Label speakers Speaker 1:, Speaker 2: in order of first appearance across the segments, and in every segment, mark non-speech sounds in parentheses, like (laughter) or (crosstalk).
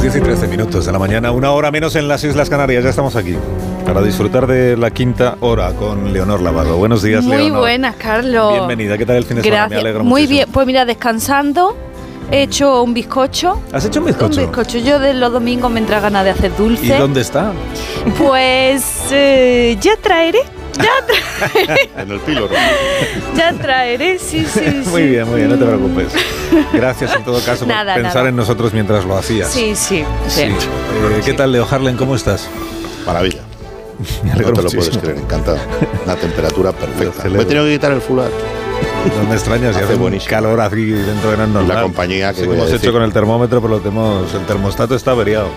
Speaker 1: 10 y 13 minutos de la mañana, una hora menos en las Islas Canarias. Ya estamos aquí para disfrutar de la quinta hora con Leonor Lavado. Buenos días,
Speaker 2: Muy
Speaker 1: Leonor.
Speaker 2: buenas, Carlos.
Speaker 1: Bienvenida. ¿Qué tal el fin de
Speaker 2: Gracias.
Speaker 1: semana? Me alegro
Speaker 2: Muy
Speaker 1: muchísimo.
Speaker 2: bien. Pues mira, descansando, he hecho un bizcocho.
Speaker 1: ¿Has hecho un bizcocho?
Speaker 2: Un bizcocho. Yo de los domingos me entra ganas de hacer dulce.
Speaker 1: ¿Y dónde
Speaker 2: (laughs)
Speaker 1: está?
Speaker 2: Pues eh, ya traeré.
Speaker 1: En el píloro.
Speaker 2: Ya traeré, sí,
Speaker 1: (laughs)
Speaker 2: sí, sí.
Speaker 1: Muy bien, muy bien, no te
Speaker 2: (laughs)
Speaker 1: preocupes. Gracias en todo caso
Speaker 2: Nada,
Speaker 1: por pensar
Speaker 2: nada.
Speaker 1: en nosotros mientras lo hacías.
Speaker 2: Sí, sí,
Speaker 1: Sí.
Speaker 2: sí.
Speaker 1: Eh, ¿Qué tal, Leo Harlan? ¿Cómo estás?
Speaker 3: Maravilla.
Speaker 1: (laughs) Me
Speaker 3: No
Speaker 1: alegro
Speaker 3: te lo
Speaker 1: muchísimo.
Speaker 3: puedes creer, encantado. Una temperatura perfecta.
Speaker 1: celebro.
Speaker 3: Me he tenido que quitar el fular.
Speaker 1: No me extrañas, ya
Speaker 3: Hace
Speaker 1: hace un
Speaker 3: buenísimo.
Speaker 1: calor aquí dentro de no es normal.
Speaker 3: compañía, ¿qué
Speaker 1: Sí,
Speaker 3: voy a
Speaker 1: hemos
Speaker 3: decir?
Speaker 1: hecho con el termómetro, pero lo tenemos, el termostato está averiado.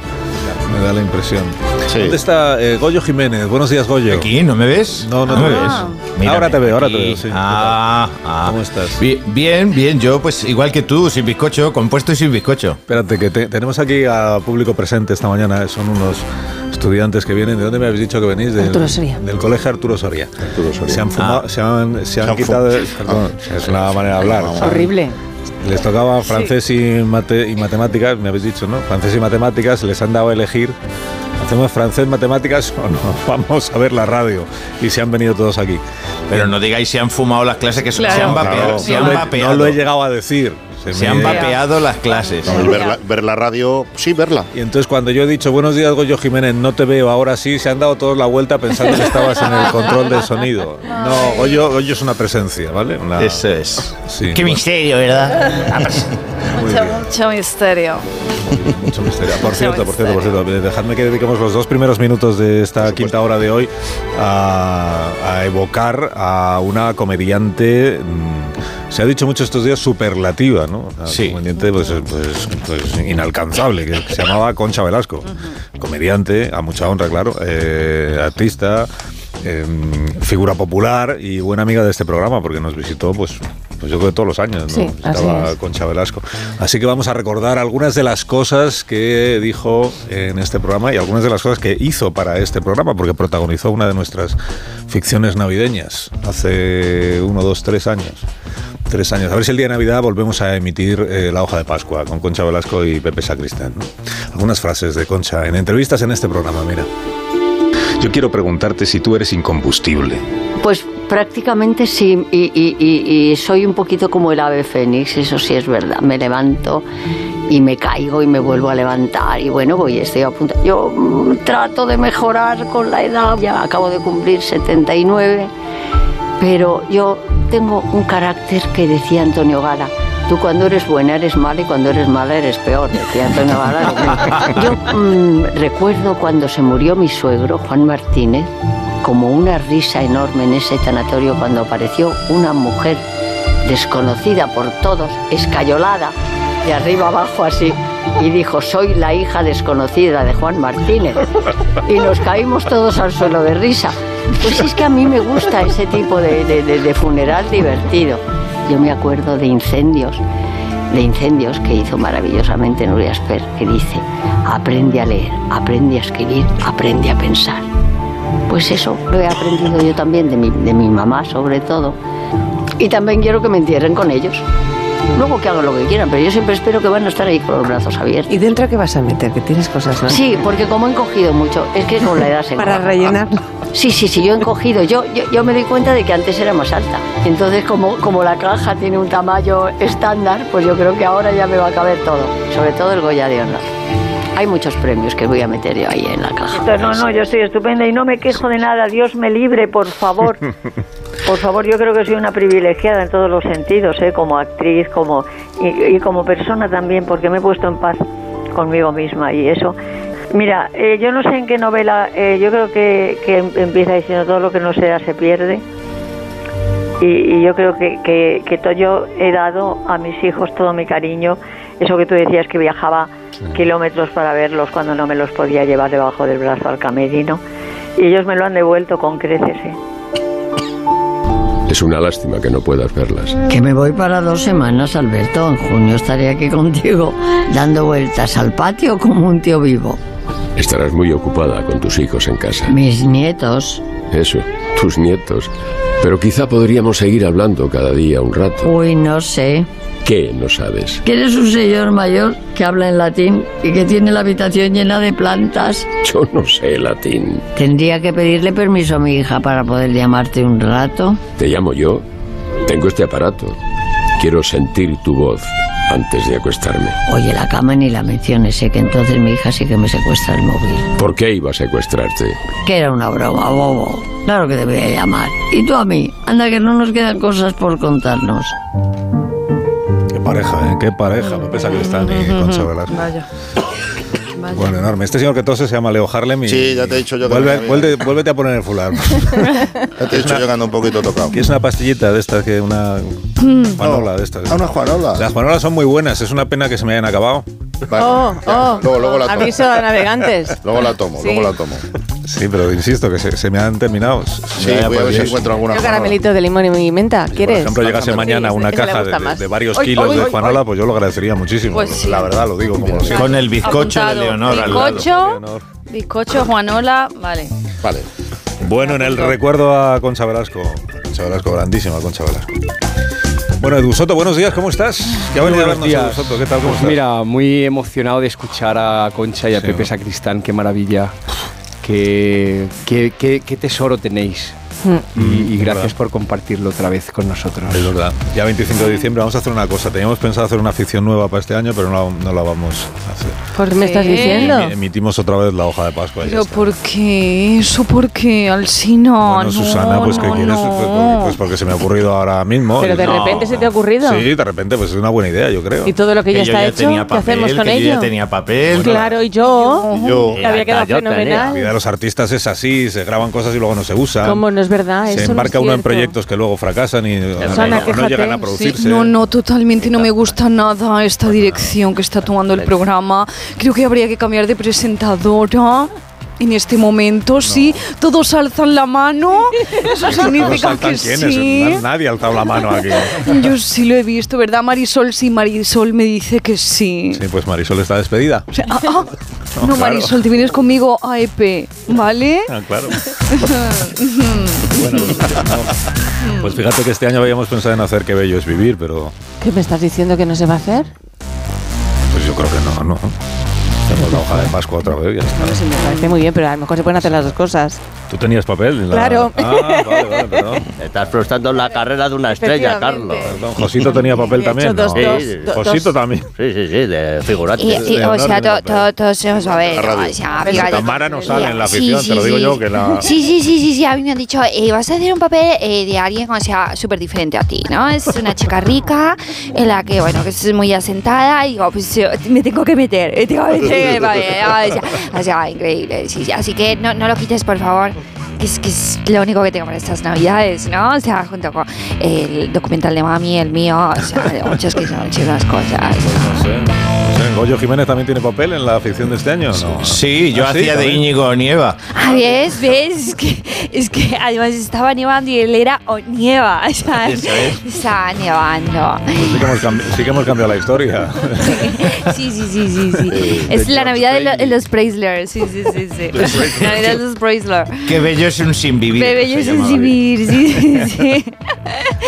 Speaker 1: Me da la impresión.
Speaker 3: Sí.
Speaker 1: ¿Dónde está eh, Goyo Jiménez? Buenos días, Goyo.
Speaker 4: Aquí, ¿no me ves?
Speaker 1: No, no
Speaker 4: Ah,
Speaker 1: te
Speaker 4: me
Speaker 1: veo. Ahora te veo, ahora te veo, sí.
Speaker 4: Ah, ah.
Speaker 1: ¿Cómo estás?
Speaker 4: Bi- Bien, bien, yo pues igual que tú, sin bizcocho, compuesto y sin bizcocho.
Speaker 1: Espérate, que te- tenemos aquí a público presente esta mañana. Son unos estudiantes que vienen. ¿De dónde me habéis dicho que venís? Del,
Speaker 2: Arturo Soria.
Speaker 1: Del colegio Arturo Soria.
Speaker 3: Arturo Soria.
Speaker 1: Se han,
Speaker 4: Ah.
Speaker 1: fumado, se han, se han
Speaker 3: han
Speaker 1: quitado.
Speaker 3: fumado.
Speaker 1: Perdón,
Speaker 3: Ah,
Speaker 1: es una manera de hablar.
Speaker 3: Vamos.
Speaker 1: ¿sabes?
Speaker 5: Horrible.
Speaker 1: Les tocaba francés y, mate- y matemáticas, me habéis dicho, ¿no? Francés y matemáticas, les han dado a elegir. ¿Hacemos francés, matemáticas o no? (laughs) Vamos a ver la radio. Y se han venido todos aquí.
Speaker 4: Pero no digáis si han fumado las clases que son- se
Speaker 2: Claro.
Speaker 4: han vapeado.
Speaker 1: No,
Speaker 4: se
Speaker 1: no
Speaker 4: han
Speaker 1: lo he-
Speaker 4: vapeado.
Speaker 1: no lo he llegado a decir. Se
Speaker 4: Se
Speaker 1: me-
Speaker 4: han vapeado las clases.
Speaker 3: No, el
Speaker 4: (laughs)
Speaker 3: ver, la, ver la radio, sí, verla.
Speaker 1: Y entonces cuando yo he dicho buenos días Goyo Jiménez, no te veo, ahora sí, se han dado todos la vuelta pensando que estabas en el control del
Speaker 4: (laughs)
Speaker 1: sonido. No, Goyo, Goyo es una presencia, ¿vale? Una-
Speaker 4: Eso es.
Speaker 1: Sí,
Speaker 4: Qué
Speaker 1: bueno,
Speaker 4: misterio, ¿verdad?
Speaker 1: (laughs) muy
Speaker 2: Mucho,
Speaker 1: bien,
Speaker 2: mucho misterio.
Speaker 1: mucho misterio.
Speaker 5: (laughs)
Speaker 1: Por
Speaker 2: Mucho
Speaker 1: cierto, por cierto, por
Speaker 2: misterio.
Speaker 1: cierto, dejadme que dediquemos los dos primeros minutos de esta
Speaker 3: supuesto.
Speaker 1: quinta hora de hoy a, a evocar a una comediante... mm, Se ha dicho mucho estos días superlativa, ¿no? Una
Speaker 4: Sí.
Speaker 1: Comediante pues, pues, pues, inalcanzable, que se llamaba Concha Velasco. Comediante, a mucha honra, claro. eh, artista, eh, figura popular y buena amiga de este programa, porque nos visitó, pues, pues yo creo que todos los años, ¿no?
Speaker 5: Sí,
Speaker 1: Visitaba
Speaker 5: así es.
Speaker 1: Concha Velasco. Así que vamos a recordar algunas de las cosas que dijo en este programa y algunas de las cosas que hizo para este programa, porque protagonizó una de nuestras ficciones navideñas hace uno, dos, tres años. Tres años. A ver si el día de Navidad volvemos a emitir eh, La hoja de Pascua con Concha Velasco y Pepe Sacristán. ¿no? Algunas frases de Concha en entrevistas en este programa, mira. Yo quiero preguntarte si tú eres incombustible.
Speaker 5: Pues prácticamente sí, y, y- y- y soy un poquito como el ave fénix, eso sí es verdad. Me levanto y me caigo y me vuelvo a levantar y bueno, voy, estoy a punto. Yo mm, trato de mejorar con la edad, ya acabo de cumplir 79, pero yo tengo un carácter que decía Antonio Gala. Tú cuando eres buena eres mala y cuando eres mala eres peor, decía Antonio Gala. Yo mm, recuerdo cuando se murió mi suegro, Juan Martínez, como una risa enorme en ese tanatorio cuando apareció una mujer desconocida por todos, escayolada, de arriba abajo así, y dijo, soy la hija desconocida de Juan Martínez. Y nos caímos todos al suelo de risa. Pues es que a mí me gusta ese tipo de, de- de- de funeral divertido. Yo me acuerdo de incendios, de incendios que hizo maravillosamente Nuria Esper, que dice, aprende a leer, aprende a escribir, aprende a pensar. Pues eso lo he aprendido yo también, de mi, de mi mamá sobre todo. Y también quiero que me entierren con ellos. Luego que hagan lo que quieran, pero yo siempre espero que van a estar ahí con los brazos abiertos.
Speaker 6: ¿Y dentro qué vas a meter? Que tienes cosas,
Speaker 7: Ah.
Speaker 6: ¿no?
Speaker 5: Sí, porque como he encogido mucho, es que con la edad se
Speaker 6: Para
Speaker 5: encoge.
Speaker 6: rellenar.
Speaker 5: Sí, sí, sí, yo he encogido. Yo, yo, yo me doy cuenta de que antes era más alta. Entonces, como, como la caja tiene un tamaño estándar, pues yo creo que ahora ya me va a caber todo. Sobre todo el Goya de Honor. Hay muchos premios que voy a meter yo ahí en la caja.
Speaker 8: No, no, yo soy estupenda y no me quejo de nada. Dios me libre, por favor. Por favor, yo creo que soy una privilegiada en todos los sentidos, ¿eh? como actriz como y, y como persona también, porque me he puesto en paz conmigo misma y eso. Mira, eh, yo no sé en qué novela, eh, yo creo que, que em- empieza diciendo todo lo que no se da se pierde. Y, y yo creo que, que, que to- yo he dado a mis hijos todo mi cariño, eso que tú decías que viajaba kilómetros para verlos cuando no me los podía llevar debajo del brazo al camerino. Y ellos me lo han devuelto con creces. ¿eh?
Speaker 9: Es una lástima que no puedas verlas.
Speaker 5: Que me voy para dos semanas, Alberto. En junio estaré aquí contigo, dando vueltas al patio como un tío vivo.
Speaker 9: Estarás muy ocupada con tus hijos en casa.
Speaker 5: Mis nietos.
Speaker 9: Eso, tus nietos. Pero quizá podríamos seguir hablando cada día un rato.
Speaker 5: Uy, no sé.
Speaker 9: ¿Qué no sabes?
Speaker 5: Que eres un señor mayor que habla en latín y que tiene la habitación llena de plantas.
Speaker 9: Yo no sé latín.
Speaker 5: Tendría que pedirle permiso a mi hija para poder llamarte un rato.
Speaker 9: Te llamo yo. Tengo este aparato. Quiero sentir tu voz antes de acostarme.
Speaker 5: Oye, la cama ni la menciones, sé que entonces mi hija sí que me secuestra el móvil.
Speaker 9: ¿Por qué iba a secuestrarte?
Speaker 5: Que era una broma, bobo. Claro que te voy a llamar. Y tú a mí. Anda que no nos quedan cosas por contarnos.
Speaker 1: Qué pareja, ¿eh? Qué pareja. Pepe Sacristán y Concha Velasco.
Speaker 2: Vaya. Vaya.
Speaker 1: Bueno, enorme. Este señor que tose se llama Leo Harlem y...
Speaker 3: Sí, ya te he dicho yo que
Speaker 1: Vuelve-
Speaker 3: me había-
Speaker 1: vuelve- vuélvete a poner
Speaker 3: (laughs)
Speaker 1: el fular.
Speaker 3: Ya te he dicho, yo que ando un poquito tocado.
Speaker 1: que es una pastillita de estas, que una
Speaker 7: Mm.
Speaker 1: juanola de estas.
Speaker 3: Ah, una Juanola.
Speaker 1: Las juanolas son muy buenas. Es una pena que se me hayan acabado.
Speaker 3: Vale,
Speaker 7: Oh,
Speaker 3: ya.
Speaker 7: oh.
Speaker 3: Luego, luego la tomo.
Speaker 7: Aviso a navegantes.
Speaker 1: (laughs)
Speaker 3: (laughs) Luego la tomo,
Speaker 7: Sí.
Speaker 3: luego la tomo.
Speaker 1: Sí, pero insisto que se, se me han terminado.
Speaker 3: Sí, voy a ver si encuentro alguna.
Speaker 7: Yo
Speaker 3: Juanola.
Speaker 7: caramelitos de limón y menta.
Speaker 1: Por
Speaker 7: ¿Quieres?
Speaker 1: ejemplo, llegase
Speaker 3: Sí,
Speaker 1: mañana
Speaker 7: ese-
Speaker 1: una
Speaker 7: ese le
Speaker 1: caja de,
Speaker 7: gusta
Speaker 1: de-
Speaker 7: más.
Speaker 1: de varios
Speaker 7: Ay,
Speaker 1: kilos
Speaker 7: ay,
Speaker 1: de
Speaker 7: ay,
Speaker 1: juanola, pues yo lo agradecería muchísimo.
Speaker 2: Pues sí.
Speaker 1: La verdad, lo digo
Speaker 7: Pues
Speaker 1: como lo siento.
Speaker 4: Con el bizcocho
Speaker 2: Apuntado.
Speaker 4: de Leonor al lado.
Speaker 2: Bizcocho,
Speaker 1: Leonor.
Speaker 2: bizcocho, Juanola, vale.
Speaker 3: Vale.
Speaker 1: Bueno, en el recuerdo a Concha Velasco. Concha Velasco, grandísima Concha Velasco. Bueno, Edu Soto, buenos días, ¿cómo estás? Que ha
Speaker 10: Muy
Speaker 1: venido a vernos Edu
Speaker 10: buenos días.
Speaker 1: Soto, ¿qué tal? ¿Cómo
Speaker 10: Pues
Speaker 1: estás?
Speaker 10: mira, muy emocionado de escuchar a Concha y a
Speaker 1: Sí,
Speaker 10: Pepe
Speaker 1: ¿no?
Speaker 10: Sacristán, qué maravilla. Qué, qué- qué- qué tesoro tenéis. Y, y
Speaker 1: Mm,
Speaker 10: gracias
Speaker 1: verdad.
Speaker 10: por compartirlo otra vez con nosotros.
Speaker 1: Es verdad. Ya 25 de diciembre vamos a hacer una cosa. Teníamos pensado hacer una afición nueva para este año, pero no, la- no la vamos a hacer.
Speaker 7: ¿Por qué me estás
Speaker 2: Sí.
Speaker 7: diciendo?
Speaker 1: Emi- Emitimos otra vez la hoja de Pascua. y ya
Speaker 2: Pero
Speaker 1: está.
Speaker 2: ¿por qué? ¿Eso por qué? Alcina,
Speaker 1: Bueno,
Speaker 2: no,
Speaker 1: Susana, pues
Speaker 2: no,
Speaker 1: ¿qué quieres?
Speaker 2: no.
Speaker 1: Pues, porque- pues porque se me ha ocurrido ahora mismo.
Speaker 7: Pero de
Speaker 1: No.
Speaker 7: repente se te ha ocurrido.
Speaker 1: Sí, de repente, pues es una buena idea, yo creo.
Speaker 7: Y todo lo que, ya
Speaker 4: yo
Speaker 7: está
Speaker 4: ya
Speaker 7: hecho,
Speaker 4: tenía
Speaker 7: ¿qué
Speaker 4: papel,
Speaker 7: hacemos con
Speaker 4: que yo
Speaker 7: ello?
Speaker 4: ya tenía papel.
Speaker 7: Claro, y yo,
Speaker 3: Y yo,
Speaker 1: Eh,
Speaker 7: que había quedado
Speaker 10: Tallota,
Speaker 1: La vida
Speaker 7: fenomenal.
Speaker 1: de los artistas es así, se graban cosas y luego no se usan.
Speaker 7: ¿Cómo no es verdad?
Speaker 1: se
Speaker 7: Eso no
Speaker 1: embarca
Speaker 7: es
Speaker 1: uno en
Speaker 7: cierto.
Speaker 1: proyectos que luego fracasan y no-
Speaker 7: Susana,
Speaker 1: no,
Speaker 7: quéjate.
Speaker 1: llegan a
Speaker 7: Sí,
Speaker 1: producirse.
Speaker 2: Sí, no, no, totalmente no me gusta nada esta dirección que está tomando el programa. Creo que habría que cambiar de presentadora. En este momento, sí, todos alzan la mano. Eso
Speaker 1: No
Speaker 2: significa
Speaker 1: saltan
Speaker 2: que
Speaker 1: quiénes,
Speaker 2: sí.
Speaker 1: na- nadie ha alzado la mano aquí.
Speaker 2: Yo sí lo he visto, ¿verdad, Marisol? Sí, Marisol me dice que sí.
Speaker 1: Sí, pues Marisol está despedida.
Speaker 2: O sea, ah, ah. No,
Speaker 1: claro.
Speaker 2: Marisol, te vienes conmigo a EP, ¿vale?
Speaker 1: Ah, claro. bueno, pues, no. Pues fíjate que este año habíamos pensado en hacer Qué Bello es Vivir, pero
Speaker 7: ¿Qué me estás diciendo que no se va a hacer?
Speaker 1: pues yo creo que no, no. Hacemos la hoja de Pascua otra vez, ya está.
Speaker 7: Sí, me parece muy bien, pero a lo mejor se pueden hacer las dos cosas.
Speaker 1: ¿Tú tenías papel? en la-
Speaker 7: Claro.
Speaker 1: Ah, vale, vale,
Speaker 7: (laughs)
Speaker 1: perdón.
Speaker 11: Estás frustrando la carrera de una estrella,
Speaker 7: Efectivamente.
Speaker 11: Carlos.
Speaker 1: Perdón, Josito tenía papel
Speaker 7: De hecho,
Speaker 1: también.
Speaker 7: dos,
Speaker 1: ¿no?
Speaker 11: dos,
Speaker 1: Sí,
Speaker 11: dos.
Speaker 1: Josito también.
Speaker 11: Sí, sí, sí, de figurante.
Speaker 3: y- o Leonor sea, tiene to- papel. to-
Speaker 7: todos os a
Speaker 3: La radio. o sea, fíjate.
Speaker 1: Tamara no sale en la afición, te lo digo yo que la.
Speaker 12: Sí, sí, sí, sí, sí, a mí me han dicho, eh, vas a hacer un papel eh, de alguien que sea súper diferente a ti, ¿no? Es una chica rica, en la que, bueno, que es muy asentada, y digo, pues eh, me tengo que meter, me tengo que meter en el papel, ¿no? o, sea, o sea, increíble, sí, sí. así que no, no lo quites, por favor, que es, que es lo único que tengo para estas navidades, ¿no? O sea, junto con el documental de mami, el mío, o sea, muchas que son muchas cosas.
Speaker 1: No sé. No sé, Goyo Jiménez también tiene papel en la afición de este año, ¿no?
Speaker 4: Sí, yo
Speaker 1: Ah, sí,
Speaker 4: hacía de
Speaker 1: también.
Speaker 4: Íñigo Nieva.
Speaker 12: Ah, ¿ves? ¿Ves? Es que, es que además estaba nevando y él era o nieva. O sea, estaba nevando.
Speaker 1: Pues sí, que hemos cambi- sí que hemos cambiado la historia.
Speaker 12: (laughs)
Speaker 1: Eh,
Speaker 12: Sí, sí, sí, sí,
Speaker 1: (laughs)
Speaker 12: sí.
Speaker 1: de
Speaker 12: Es la
Speaker 1: George
Speaker 12: Navidad de, lo-
Speaker 1: Bailey.
Speaker 12: de los Preisler. Sí, sí, sí,
Speaker 1: (laughs)
Speaker 12: sí. Navidad de los Preisler.
Speaker 4: Qué bello es un sinvivir.
Speaker 12: Bebé, yo
Speaker 4: se
Speaker 12: soy
Speaker 4: llamaba.
Speaker 12: civil. Sí, sí,
Speaker 1: (laughs)
Speaker 12: sí.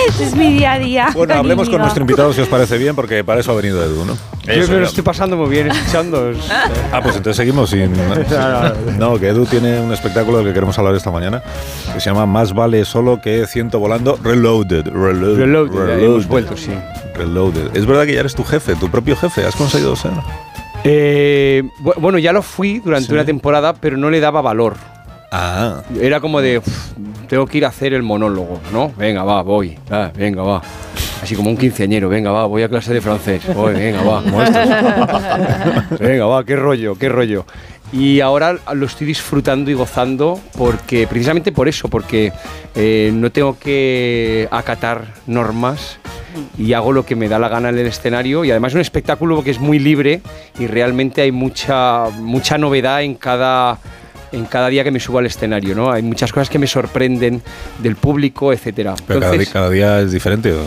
Speaker 12: Ese es mi día a día.
Speaker 1: Bueno, hablemos con
Speaker 12: cariño.
Speaker 1: nuestro invitado si os parece bien, porque para eso ha venido Edu, ¿no?
Speaker 10: Yo me lo estoy pasando muy bien
Speaker 1: (laughs)
Speaker 10: escuchando. Es-
Speaker 1: Ah, pues entonces seguimos
Speaker 10: (laughs)
Speaker 1: sin. No, que Edu tiene un espectáculo del que queremos hablar esta mañana, que se llama Más vale solo que ciento volando Reloaded. Reloaded.
Speaker 10: Reloaded, hemos vuelto, sí.
Speaker 1: Reloaded. Es verdad que ya eres tu jefe, tu propio jefe, has conseguido ser.
Speaker 10: Eh, bu- bueno, ya lo fui durante
Speaker 1: Sí.
Speaker 10: una temporada, pero no le daba valor.
Speaker 1: Ah,
Speaker 10: Era como de, "Uf, tengo que ir a hacer el monólogo, ¿no? Venga, va, voy, ah, venga, va. Así como un quinceañero, venga, va, voy a clase de francés, voy, venga,
Speaker 1: (laughs)
Speaker 10: va, muestras. venga, va, qué rollo, qué rollo. Y ahora lo estoy disfrutando y gozando porque, precisamente por eso, porque eh, no tengo que acatar normas y hago lo que me da la gana en el escenario y además es un espectáculo que es muy libre y realmente hay mucha, mucha novedad en cada, en cada día que me subo al escenario, ¿no? Hay muchas cosas que me sorprenden del público, etcétera.
Speaker 1: pero cada di-
Speaker 10: Entonces,
Speaker 1: cada día, es diferente. ¿o?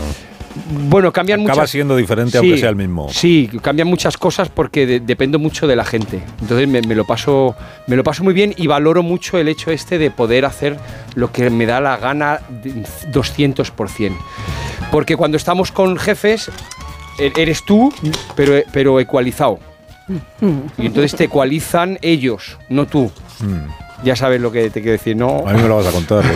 Speaker 10: bueno, cambian
Speaker 1: Acaba
Speaker 10: muchas
Speaker 1: siendo diferente aunque sea el mismo.
Speaker 10: Sí, cambian muchas cosas porque de- dependo mucho de la gente. Entonces me, me lo paso, me lo paso muy bien y valoro mucho el hecho este de poder hacer lo que me da la gana de- 200%. Porque cuando estamos con jefes e- eres tú, pero, pero ecualizado. Y entonces te ecualizan ellos, no tú. Ya sabes lo que te quiero decir, ¿no?
Speaker 1: Mm. A mí me lo vas a
Speaker 10: (laughs)
Speaker 1: contar.
Speaker 13: (laughs)
Speaker 1: De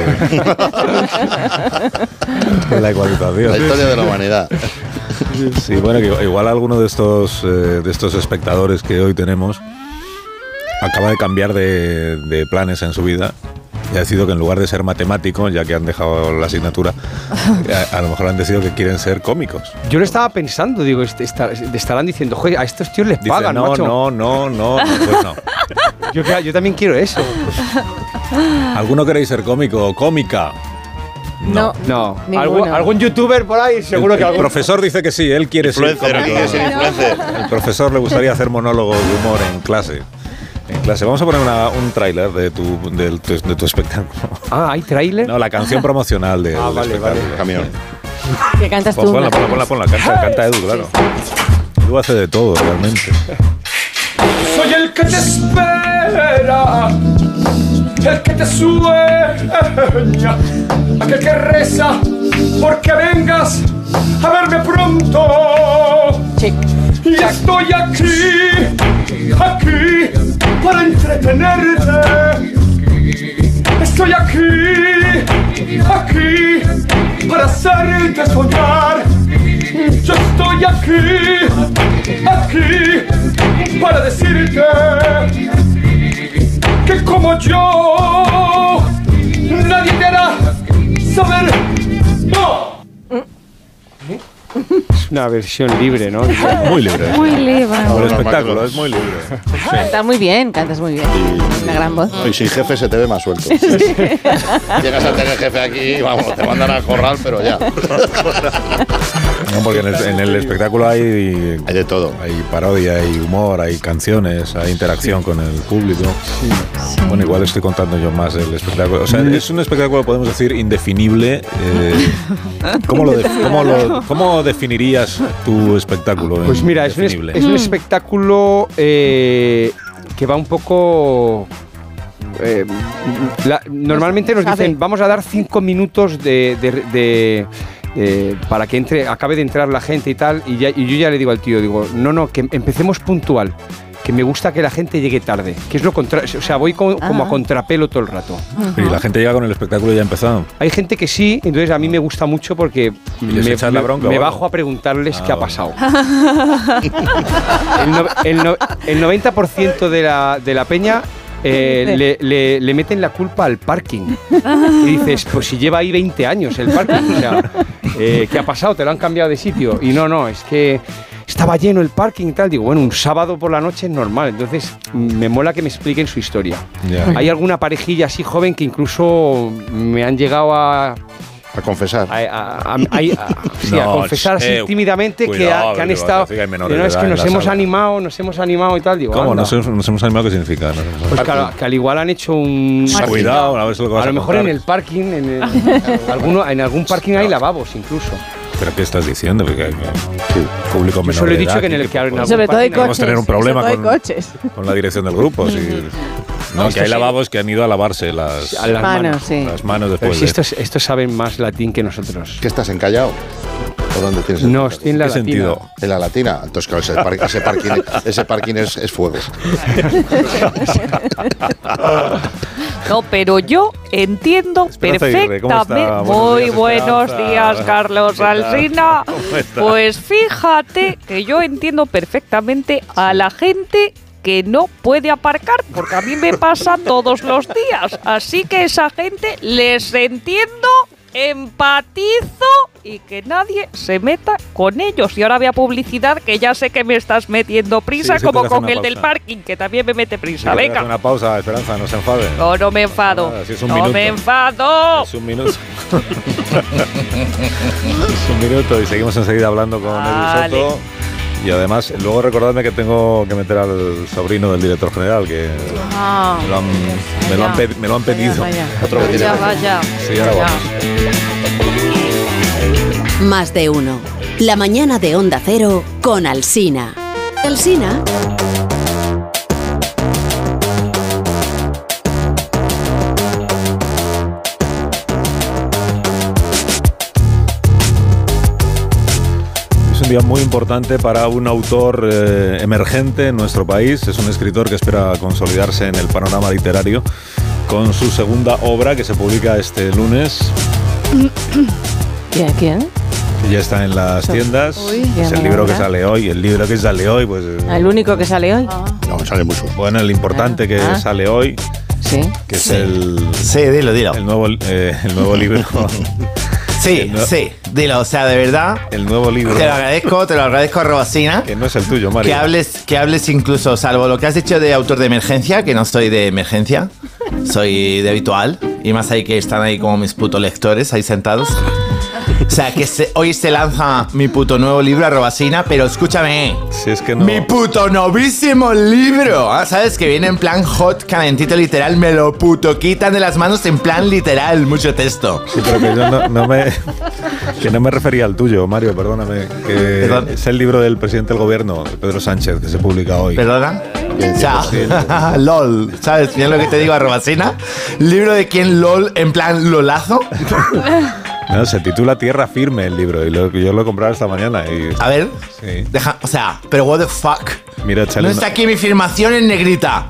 Speaker 1: la ecualización.
Speaker 13: La historia de la humanidad.
Speaker 1: (laughs) Sí, bueno, que igual alguno de estos, eh, de estos espectadores que hoy tenemos acaba de cambiar de, de planes en su vida y ha decidido que en lugar de ser matemático, ya que han dejado la
Speaker 10: (laughs)
Speaker 1: asignatura, eh, a, a lo mejor han decidido que quieren ser cómicos.
Speaker 10: Yo lo estaba pensando, digo, est- esta- estarán diciendo, "Joder, a estos tíos les
Speaker 1: Dice,
Speaker 10: pagan,
Speaker 1: no,
Speaker 10: macho".
Speaker 1: no, no, no, pues no.
Speaker 10: (laughs) Yo, cre- yo también quiero eso.
Speaker 1: Pues, ¿Alguno queréis ser cómico o cómica?
Speaker 7: No.
Speaker 10: No.
Speaker 7: Ninguno.
Speaker 10: Algún, algún youtuber por ahí, seguro
Speaker 1: El-
Speaker 10: que
Speaker 1: el
Speaker 10: algún.
Speaker 1: profesor dice que sí, él quiere ser
Speaker 13: Influencer,
Speaker 1: cómico.
Speaker 13: quiere ser influencer.
Speaker 1: El profesor le gustaría hacer monólogos de humor en clase. En clase. Vamos a poner una- un tráiler de tu, del- tu- de tu espectáculo.
Speaker 10: Ah, ¿hay tráiler? Ah,
Speaker 1: No, la canción promocional del espectáculo. Camión.
Speaker 7: Que cantas tú.
Speaker 1: Pues ponla,
Speaker 7: unas
Speaker 1: ponla, ponla, ponla, canta, canta Edu, claro. Edu hace de todo, realmente.
Speaker 14: Soy el que te espera, el que te sueña, aquel que reza porque vengas a verme pronto. Y estoy aquí, aquí para entretenerte. Estoy aquí, aquí para hacerte soñar. Yo estoy aquí, aquí para decirte que como yo nadie te hará saber no.
Speaker 10: Es una versión libre, ¿no?
Speaker 1: Muy libre.
Speaker 7: Muy libre.
Speaker 1: El espectáculo es muy libre.
Speaker 7: Cantas muy bien, cantas muy bien. Una gran voz.
Speaker 13: Y sin jefe se te ve más suelto. Llegas a tener jefe aquí, vamos, te mandan al corral, pero ya.
Speaker 1: No, porque en el, en el espectáculo hay, hay de todo. Hay parodia, hay humor, hay canciones, hay interacción con el público. Bueno, igual estoy contando yo más del espectáculo. O sea,
Speaker 10: Mm.
Speaker 1: es un espectáculo, podemos decir, indefinible. eh, ¿cómo, lo de- cómo lo- cómo definirías tu espectáculo? en
Speaker 10: Pues mira, es un, es-
Speaker 1: definible?
Speaker 10: es un espectáculo eh, que va un poco... eh, la- normalmente nos
Speaker 7: Sabe.
Speaker 10: dicen, vamos a dar cinco minutos de... de- de- eh, para que entre, acabe de entrar la gente y tal, y, ya- y yo ya le digo al tío, digo, no, no, que empecemos puntual, que me gusta que la gente llegue tarde, que es lo contrario, o sea, voy co- como a
Speaker 1: Ah.
Speaker 10: contrapelo todo el rato.
Speaker 1: Y la gente llega con el espectáculo ya empezado.
Speaker 10: Hay gente que sí, entonces a mí me gusta mucho porque
Speaker 1: les
Speaker 10: me,
Speaker 1: echas la
Speaker 10: me-
Speaker 1: bronca,
Speaker 10: me
Speaker 1: bueno.
Speaker 10: bajo a preguntarles
Speaker 1: Ah,
Speaker 10: qué ha
Speaker 1: bueno.
Speaker 10: pasado. El, no- el no- el 90% de la, de la peña eh, le, le- le meten la culpa al parking. Y dices, pues si lleva ahí 20 años el parking, o sea, eh, ¿qué ha pasado? ¿Te lo han cambiado de sitio? Y no, no, es que estaba lleno el parking y tal. Digo, bueno, un sábado por la noche es normal. Entonces mm, me mola que me expliquen su historia.
Speaker 1: Ya.
Speaker 10: Hay alguna parejilla así joven que incluso me han llegado a...
Speaker 13: A confesar.
Speaker 10: A, a- a- sí, a
Speaker 1: No,
Speaker 10: confesar así
Speaker 1: eh,
Speaker 10: tímidamente que,
Speaker 1: cuidado,
Speaker 10: ha- que han
Speaker 1: que
Speaker 10: estado...
Speaker 1: parece que hay menores
Speaker 10: no,
Speaker 1: de
Speaker 10: es
Speaker 1: edad
Speaker 10: que
Speaker 1: en
Speaker 10: nos
Speaker 1: la
Speaker 10: hemos
Speaker 1: sala.
Speaker 10: animado, nos hemos animado y tal.
Speaker 7: Mm.
Speaker 10: Digo,
Speaker 1: ¿Cómo?
Speaker 10: anda.
Speaker 1: Nos hemos, nos hemos animado, ¿qué significa? Ah, Nos hemos
Speaker 10: Pues
Speaker 1: animado.
Speaker 10: claro, que al igual han hecho un...
Speaker 1: Cuidado, a ver si lo que vas
Speaker 10: a
Speaker 1: a
Speaker 10: lo mejor en
Speaker 1: contar.
Speaker 10: el parking, en, el- alguno- en algún parking hay lavabos incluso.
Speaker 1: ¿Pero qué estás diciendo? Porque hay público menor
Speaker 10: Yo solo he
Speaker 1: de
Speaker 10: dicho
Speaker 1: edad
Speaker 10: que en
Speaker 1: aquí
Speaker 10: el que en algún
Speaker 7: Sobre todo hay
Speaker 10: parking hay-
Speaker 1: Podemos
Speaker 7: coches.
Speaker 1: tener un problema
Speaker 7: sobre todo
Speaker 1: con-
Speaker 7: hay coches. Mm.
Speaker 1: con la dirección del grupo. sí. No,
Speaker 10: Esto
Speaker 1: que hay
Speaker 10: sí.
Speaker 1: lavabos que han ido a lavarse las,
Speaker 10: A las manos,
Speaker 7: sí.
Speaker 1: las manos
Speaker 10: Pero
Speaker 1: después.
Speaker 10: si estos, estos saben más latín que nosotros.
Speaker 13: ¿Qué estás encallado? ¿O dónde tienes
Speaker 10: No, estoy en la
Speaker 13: ¿Qué
Speaker 10: latina.
Speaker 13: sentido? En la latina. Entonces, claro, ese, par- ese parking, ese parking es, es fuego.
Speaker 2: No, pero yo entiendo
Speaker 13: Esperanza Aguirre,
Speaker 2: perfectamente.
Speaker 13: ¿cómo está? Buenos
Speaker 2: Muy
Speaker 13: días,
Speaker 2: buenos
Speaker 13: Esperanza.
Speaker 2: días, Carlos
Speaker 13: ¿Qué tal?
Speaker 2: Alsina.
Speaker 13: (laughs) ¿Cómo está?
Speaker 2: Pues fíjate que yo entiendo perfectamente a la gente que no puede aparcar, porque a mí me
Speaker 13: (laughs)
Speaker 2: pasa todos los días. Así que esa gente les entiendo, empatizo y que nadie se meta con ellos. Y ahora voy a publicidad, que ya sé que me estás metiendo prisa,
Speaker 1: Sí, sí, tengo
Speaker 2: como
Speaker 1: que hacer
Speaker 2: con
Speaker 1: una
Speaker 2: el del
Speaker 1: pausa.
Speaker 2: parking, que también me mete
Speaker 1: Sí,
Speaker 2: prisa.
Speaker 1: tenemos
Speaker 2: Venga.
Speaker 1: Una pausa, Esperanza, no se enfade.
Speaker 2: No, no me enfado.
Speaker 1: Nada, si es un
Speaker 2: no
Speaker 1: minuto.
Speaker 2: me enfado.
Speaker 1: Es un minuto. es (laughs) un minuto y seguimos enseguida hablando con
Speaker 2: Vale.
Speaker 1: Edu Soto. Y además, luego recordadme que tengo que meter al sobrino del director general, que
Speaker 12: Ah.
Speaker 1: me lo han, me lo han pedi- me lo han pedido.
Speaker 15: vaya.
Speaker 1: (laughs) Otro
Speaker 15: Vaya,
Speaker 1: pedido.
Speaker 15: vaya.
Speaker 1: Sí, ahora
Speaker 15: Vaya.
Speaker 1: vamos.
Speaker 15: Más de uno. La mañana de Onda Cero con Alsina. Alsina.
Speaker 1: Es un día muy importante para un autor eh, emergente en nuestro país. Es un escritor que espera consolidarse en el panorama literario con su segunda obra que se publica este lunes.
Speaker 7: ¿Quién? ¿Quién?
Speaker 1: que Ya está en las tiendas.
Speaker 7: Uy, ya
Speaker 1: es el
Speaker 7: me
Speaker 1: libro que
Speaker 7: ahora.
Speaker 1: sale hoy. El libro que sale hoy, pues. eh,
Speaker 7: Ah, El único que sale hoy.
Speaker 1: No, sale mucho. Bueno, el importante que
Speaker 7: ah.
Speaker 1: sale hoy,
Speaker 7: Sí.
Speaker 1: que es el. Sí, dilo, dilo. El nuevo, eh, el nuevo libro.
Speaker 4: Sí, sí, dilo, o sea, de verdad.
Speaker 1: El nuevo libro.
Speaker 4: Te lo agradezco, te lo agradezco, Arrobacina.
Speaker 1: Que no es el tuyo, Mario.
Speaker 4: Que hables, que hables incluso, salvo lo que has dicho de autor de emergencia, que no soy de emergencia, soy de habitual. Y más ahí que están ahí como mis putos lectores, ahí sentados. O sea, que se- hoy se lanza mi puto nuevo libro, Arrobacina, pero escúchame.
Speaker 1: Si es que no.
Speaker 4: Mi puto novísimo libro. Ah, ¿Sabes? Que viene en plan hot, calentito, literal. Me lo puto quitan de las manos en plan literal. Mucho texto.
Speaker 1: Sí, pero que yo no, no me. Que no me refería al tuyo, Mario, perdóname. Que es el libro del presidente del gobierno, de Pedro Sánchez, que se publica hoy.
Speaker 4: ¿Perdona?
Speaker 1: Bien,
Speaker 4: O sea,
Speaker 1: bien,
Speaker 4: (laughs) LOL, ¿sabes? Bien lo que te digo, Arrobacina. Libro de quién LOL en plan Lolazo.
Speaker 1: No, se titula Tierra Firme el libro, y lo- yo lo he comprado esta mañana. Y,
Speaker 4: A ver,
Speaker 1: sí.
Speaker 4: deja, o sea, pero what the fuck.
Speaker 1: Mira,
Speaker 4: No
Speaker 1: échale una-
Speaker 4: está aquí mi firmación en negrita.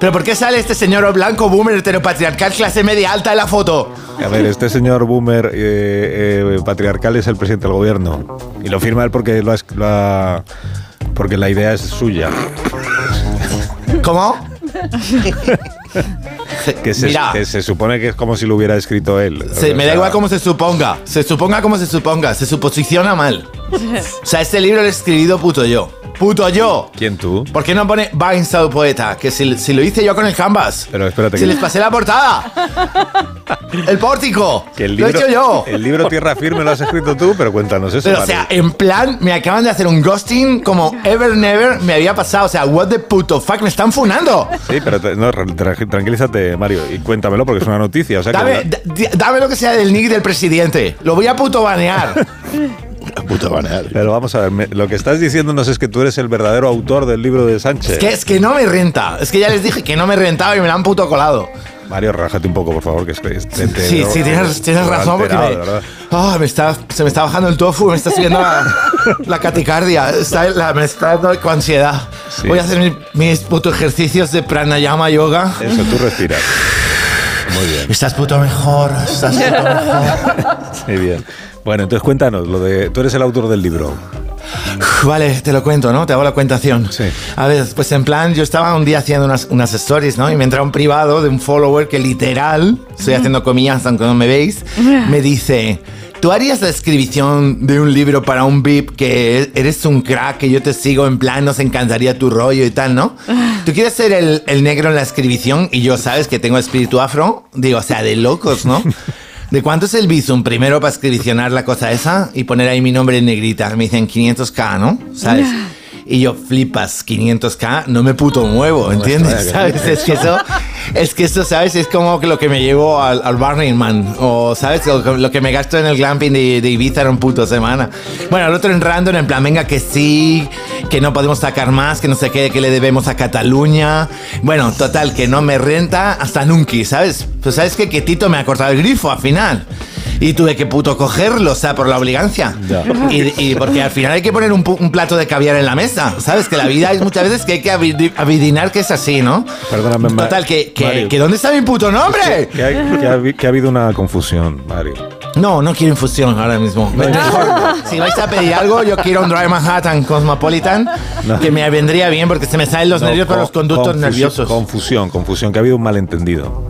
Speaker 4: ¿Pero por qué sale este señor blanco, boomer, heteropatriarcal, clase media alta en la foto?
Speaker 1: A ver, este señor boomer eh, eh, patriarcal es el presidente del gobierno. Y lo firma él porque, lo ha es- lo ha- porque la idea es
Speaker 4: (laughs)
Speaker 1: suya.
Speaker 4: ¿Cómo?
Speaker 1: Que se,
Speaker 4: Mira.
Speaker 1: que se supone que es como si lo hubiera escrito él.
Speaker 4: Se- me
Speaker 1: O sea,
Speaker 4: da igual cómo se suponga. Se suponga como se suponga. Se suposiciona mal. O sea, este libro lo he escribido puto yo. ¡Puto yo!
Speaker 1: ¿Quién tú?
Speaker 4: ¿Por qué no pone Bainstad poeta? Que si, si lo hice yo con el canvas.
Speaker 1: Pero espérate
Speaker 4: Si
Speaker 1: que-
Speaker 4: les pasé
Speaker 1: (laughs)
Speaker 4: la portada. El pórtico.
Speaker 1: que el
Speaker 4: lo he
Speaker 1: libro,
Speaker 4: hecho yo.
Speaker 1: El libro Tierra Firme lo has escrito tú, pero cuéntanos eso.
Speaker 4: Pero, o
Speaker 1: Mari.
Speaker 4: sea, en plan, me acaban de hacer un ghosting como ever never me había pasado. O sea, what the puto fuck, me están funando.
Speaker 1: Sí, pero te- no, tra- tranquilízate, Mario, y cuéntamelo porque es una noticia. O sea, que
Speaker 4: Dame,
Speaker 1: la-
Speaker 4: da- di- dame lo que sea del nick del presidente. Lo voy a puto banear.
Speaker 1: Pero vamos a ver, me- lo que estás diciéndonos es que tú eres el verdadero autor del libro de Sánchez.
Speaker 4: Es que, es que no me renta. Es que ya les dije que no me rentaba y me la han puto colado.
Speaker 1: Mario, relájate un poco, por favor, que es que te- te-
Speaker 4: Sí,
Speaker 1: te-
Speaker 4: sí, tienes,
Speaker 1: te-
Speaker 4: tienes
Speaker 1: te-
Speaker 4: razón porque
Speaker 1: alterado,
Speaker 4: me-
Speaker 1: de verdad.
Speaker 4: Ah, me está, se me está bajando el tofu, me está
Speaker 1: (laughs)
Speaker 4: subiendo la, la caticardia, está- la- me está dando con ansiedad.
Speaker 1: Sí.
Speaker 4: Voy a hacer mi- mis putos ejercicios de pranayama yoga.
Speaker 1: Eso, tú respiras. Muy bien,
Speaker 4: Estás puto mejor, estás puto
Speaker 9: (laughs)
Speaker 4: mejor.
Speaker 1: muy bien. Bueno, entonces cuéntanos, lo de tú eres el autor del libro.
Speaker 4: Uf, Vale, te lo cuento, ¿no? Te hago la cuentación. A ver, pues en plan, yo estaba un día haciendo unas, unas stories, ¿no? Y me entra un privado de un follower que literal, estoy haciendo comillas aunque no me veis, me dice, ¿tú harías la escribición de un libro para un VIP que eres un crack, que yo te sigo en plan, nos encantaría tu rollo y tal, ¿no? ¿Tú quieres ser el, el negro en la escribición? Y yo, ¿sabes que tengo espíritu afro? Digo, o sea, de locos, ¿no? ¿De cuánto es el visum primero para escribicionar la cosa esa y poner ahí mi nombre en negrita? Me dicen 500k, ¿no? ¿Sabes? Y yo flipas, 500k, no me puto muevo, ¿entiendes?
Speaker 14: extraña que-
Speaker 4: ¿Sabes? Es que eso, es que eso, ¿sabes? Es como que lo que me llevo al, al Burning Man, o ¿sabes? Lo, que- lo que me gasto en el glamping de, de Ibiza en un puto semana. Bueno, el otro en random, en plan, venga, que sí, que no podemos sacar más, que no sé qué, que le debemos a Cataluña. Bueno, total, que no me renta hasta nunca, ¿sabes? Pues ¿sabes qué? Que Tito me ha cortado el grifo al final. Y tuve que puto cogerlo, o sea, por la obligancia. Y, y porque al final hay que poner un, pu- un plato de caviar en la mesa, ¿sabes? Que la vida es muchas veces que hay que avidi- avidinar que es así, ¿no?
Speaker 1: Perdóname, Ma-
Speaker 4: Total, que, que-
Speaker 1: Mario.
Speaker 4: que ¿dónde está mi puto nombre?
Speaker 1: Que, hay- que ha, habi- que ha habido una confusión, Mario.
Speaker 4: No, no quiero infusión ahora mismo. Me- Si vais a pedir algo, yo quiero un Dry Manhattan Cosmopolitan, que me vendría bien porque se me salen los
Speaker 1: No,
Speaker 4: nervios por
Speaker 1: con-
Speaker 4: los conductos
Speaker 1: confusión-
Speaker 4: nerviosos.
Speaker 1: Confusión, confusión, que ha habido un malentendido.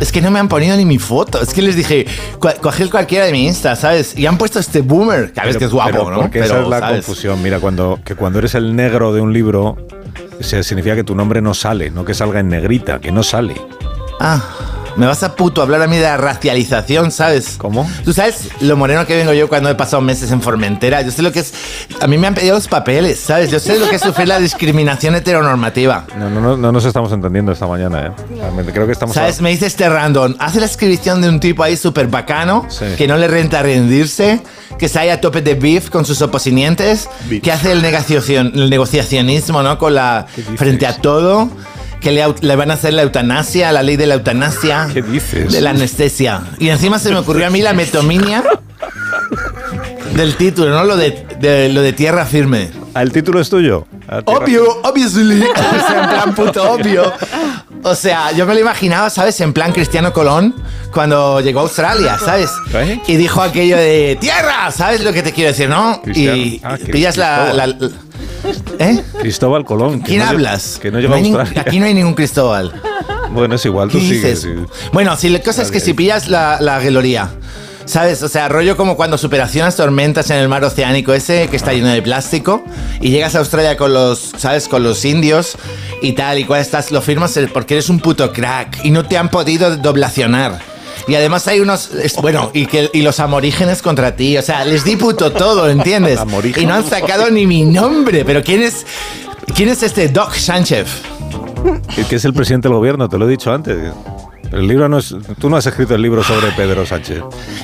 Speaker 4: Es que no me han ponido ni mi foto. Es que les dije, "Cua- coged cualquiera de mi Insta, ¿sabes? Y han puesto este boomer. que a veces
Speaker 1: Pero-
Speaker 4: que es guapo,
Speaker 1: pero
Speaker 4: ¿no?
Speaker 1: Porque esa
Speaker 4: Pero,
Speaker 1: es la
Speaker 4: ¿sabes?
Speaker 1: confusión. Mira, cuando, que cuando eres el negro de un libro, se- significa que tu nombre no sale, no que salga en negrita, que no sale.
Speaker 4: Ah, me vas a puto hablar a mí de la racialización, ¿sabes?
Speaker 1: ¿Cómo?
Speaker 4: Tú sabes lo moreno que vengo yo cuando he pasado meses en Formentera. Yo sé lo que es. A mí me han pedido los papeles, ¿sabes? Yo sé lo que es sufrir
Speaker 1: (laughs)
Speaker 4: la discriminación heteronormativa.
Speaker 1: No, no, no, no nos estamos entendiendo esta mañana, ¿eh? Realmente, creo que estamos...
Speaker 4: ¿Sabes? Me dice este random, hace la inscripción de un tipo ahí súper bacano,
Speaker 1: Sí.
Speaker 4: que no le renta rendirse, que sale a tope de beef con sus oposinientes, que hace el, negociación, el negociacionismo, ¿no? Con la, frente a todo, que le, au- le van a hacer la eutanasia, la ley de la eutanasia,
Speaker 1: ¿Qué dices? (laughs)
Speaker 4: de la anestesia. Y encima se me ocurrió a mí la metominia. del título, ¿no? Lo de, de- lo de tierra firme.
Speaker 1: Ah, ¿El título es tuyo? Ah,
Speaker 4: Obvio, obviously. O sea, en plan puto obvio. O sea, yo me lo imaginaba, ¿sabes? En plan Cristiano Colón cuando llegó a Australia, ¿sabes? Y dijo aquello de tierra, ¿sabes lo que te quiero decir, no? Y
Speaker 1: Ah, que-
Speaker 4: pillas la-
Speaker 1: Cristóbal.
Speaker 4: la, ¿Eh?
Speaker 1: Cristóbal Colón. que
Speaker 4: ¿Quién
Speaker 1: no lle-
Speaker 4: hablas?
Speaker 1: Que no lleva a
Speaker 4: hay nin-
Speaker 1: Australia.
Speaker 4: Aquí no hay ningún Cristóbal.
Speaker 1: Bueno, es igual, tú
Speaker 4: ¿Qué
Speaker 1: sigues.
Speaker 4: dices? Bueno, si la cosa es que si pillas la, la gloria, ¿sabes? O sea, rollo como cuando superacionas tormentas en el mar oceánico ese que está lleno de plástico y llegas a Australia con los, ¿sabes? Con los indios y tal y cual estás, lo firmas el- porque eres un puto crack y no te han podido doblacionar. Y además hay unos, es- bueno, y, que, y los amorígenes contra ti, o sea, les di puto
Speaker 1: (laughs)
Speaker 4: todo, ¿entiendes? Y no han sacado ni mi nombre, pero ¿quién es, quién es este Doc Sánchez?
Speaker 1: El que es el presidente del gobierno, te lo he dicho antes. El libro no es, tú no has escrito el libro sobre Pedro Sánchez.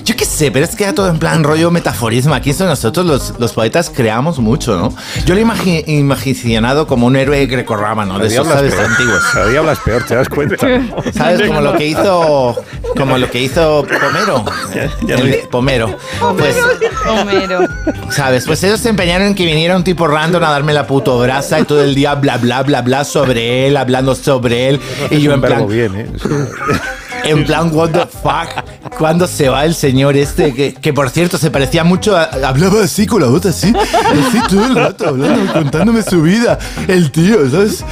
Speaker 4: Yo qué sé, pero es que era todo en plan rollo metaforismo. Aquí eso nosotros los, los poetas creamos mucho, ¿no? Yo lo he imagi- imaginado como un héroe grecorromano, de esos, ¿sabes? antiguos.
Speaker 1: Cada día hablas peor, te das cuenta.
Speaker 4: (laughs) ¿Sabes? Como lo que hizo, como lo que hizo Pomero. El de- Pomero. Pues,
Speaker 2: Homero.
Speaker 4: ¿sabes? Pues ellos se empeñaron en que viniera un tipo random a darme la puto brasa y todo el día bla, bla, bla, bla sobre él, hablando sobre él. Y yo en plan...
Speaker 1: ¿eh?
Speaker 4: (laughs) En plan, what the fuck, ¿cuándo se va el señor este? Que, que, por cierto se parecía mucho, a- hablaba así con la voz así, así todo el rato, hablando, contándome su vida, el tío, ¿sabes?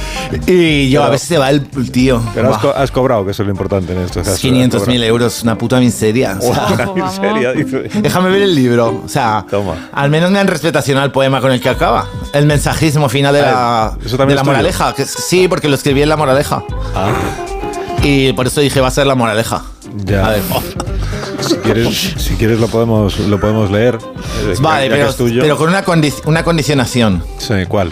Speaker 4: Y yo, a veces se va el tío.
Speaker 1: Pero has,
Speaker 4: Buah.
Speaker 1: co- has cobrado, que eso es lo importante en esto. o sea, has
Speaker 4: 500 mil
Speaker 1: cobrado.
Speaker 4: euros, una puta miseria. o sea.
Speaker 1: Guau, una miseria, dice.
Speaker 4: Déjame ver el libro. O
Speaker 13: Ah.
Speaker 4: sea, al menos me han respetacionado el poema con el que acaba. El mensajismo final de la,
Speaker 1: Ah, eso también es tuyo.
Speaker 4: de la
Speaker 1: Ah.
Speaker 4: moraleja. que- sí, porque lo escribí en la moraleja. Y por eso dije, va a ser la moraleja.
Speaker 1: Ya.
Speaker 4: A ver.
Speaker 1: Si quieres, si quieres lo, podemos, lo podemos leer. Eh, ya-
Speaker 4: Vale,
Speaker 1: ya que
Speaker 4: pero,
Speaker 1: es tuyo.
Speaker 4: pero con una, condi- una condicionación.
Speaker 1: Sí, ¿cuál?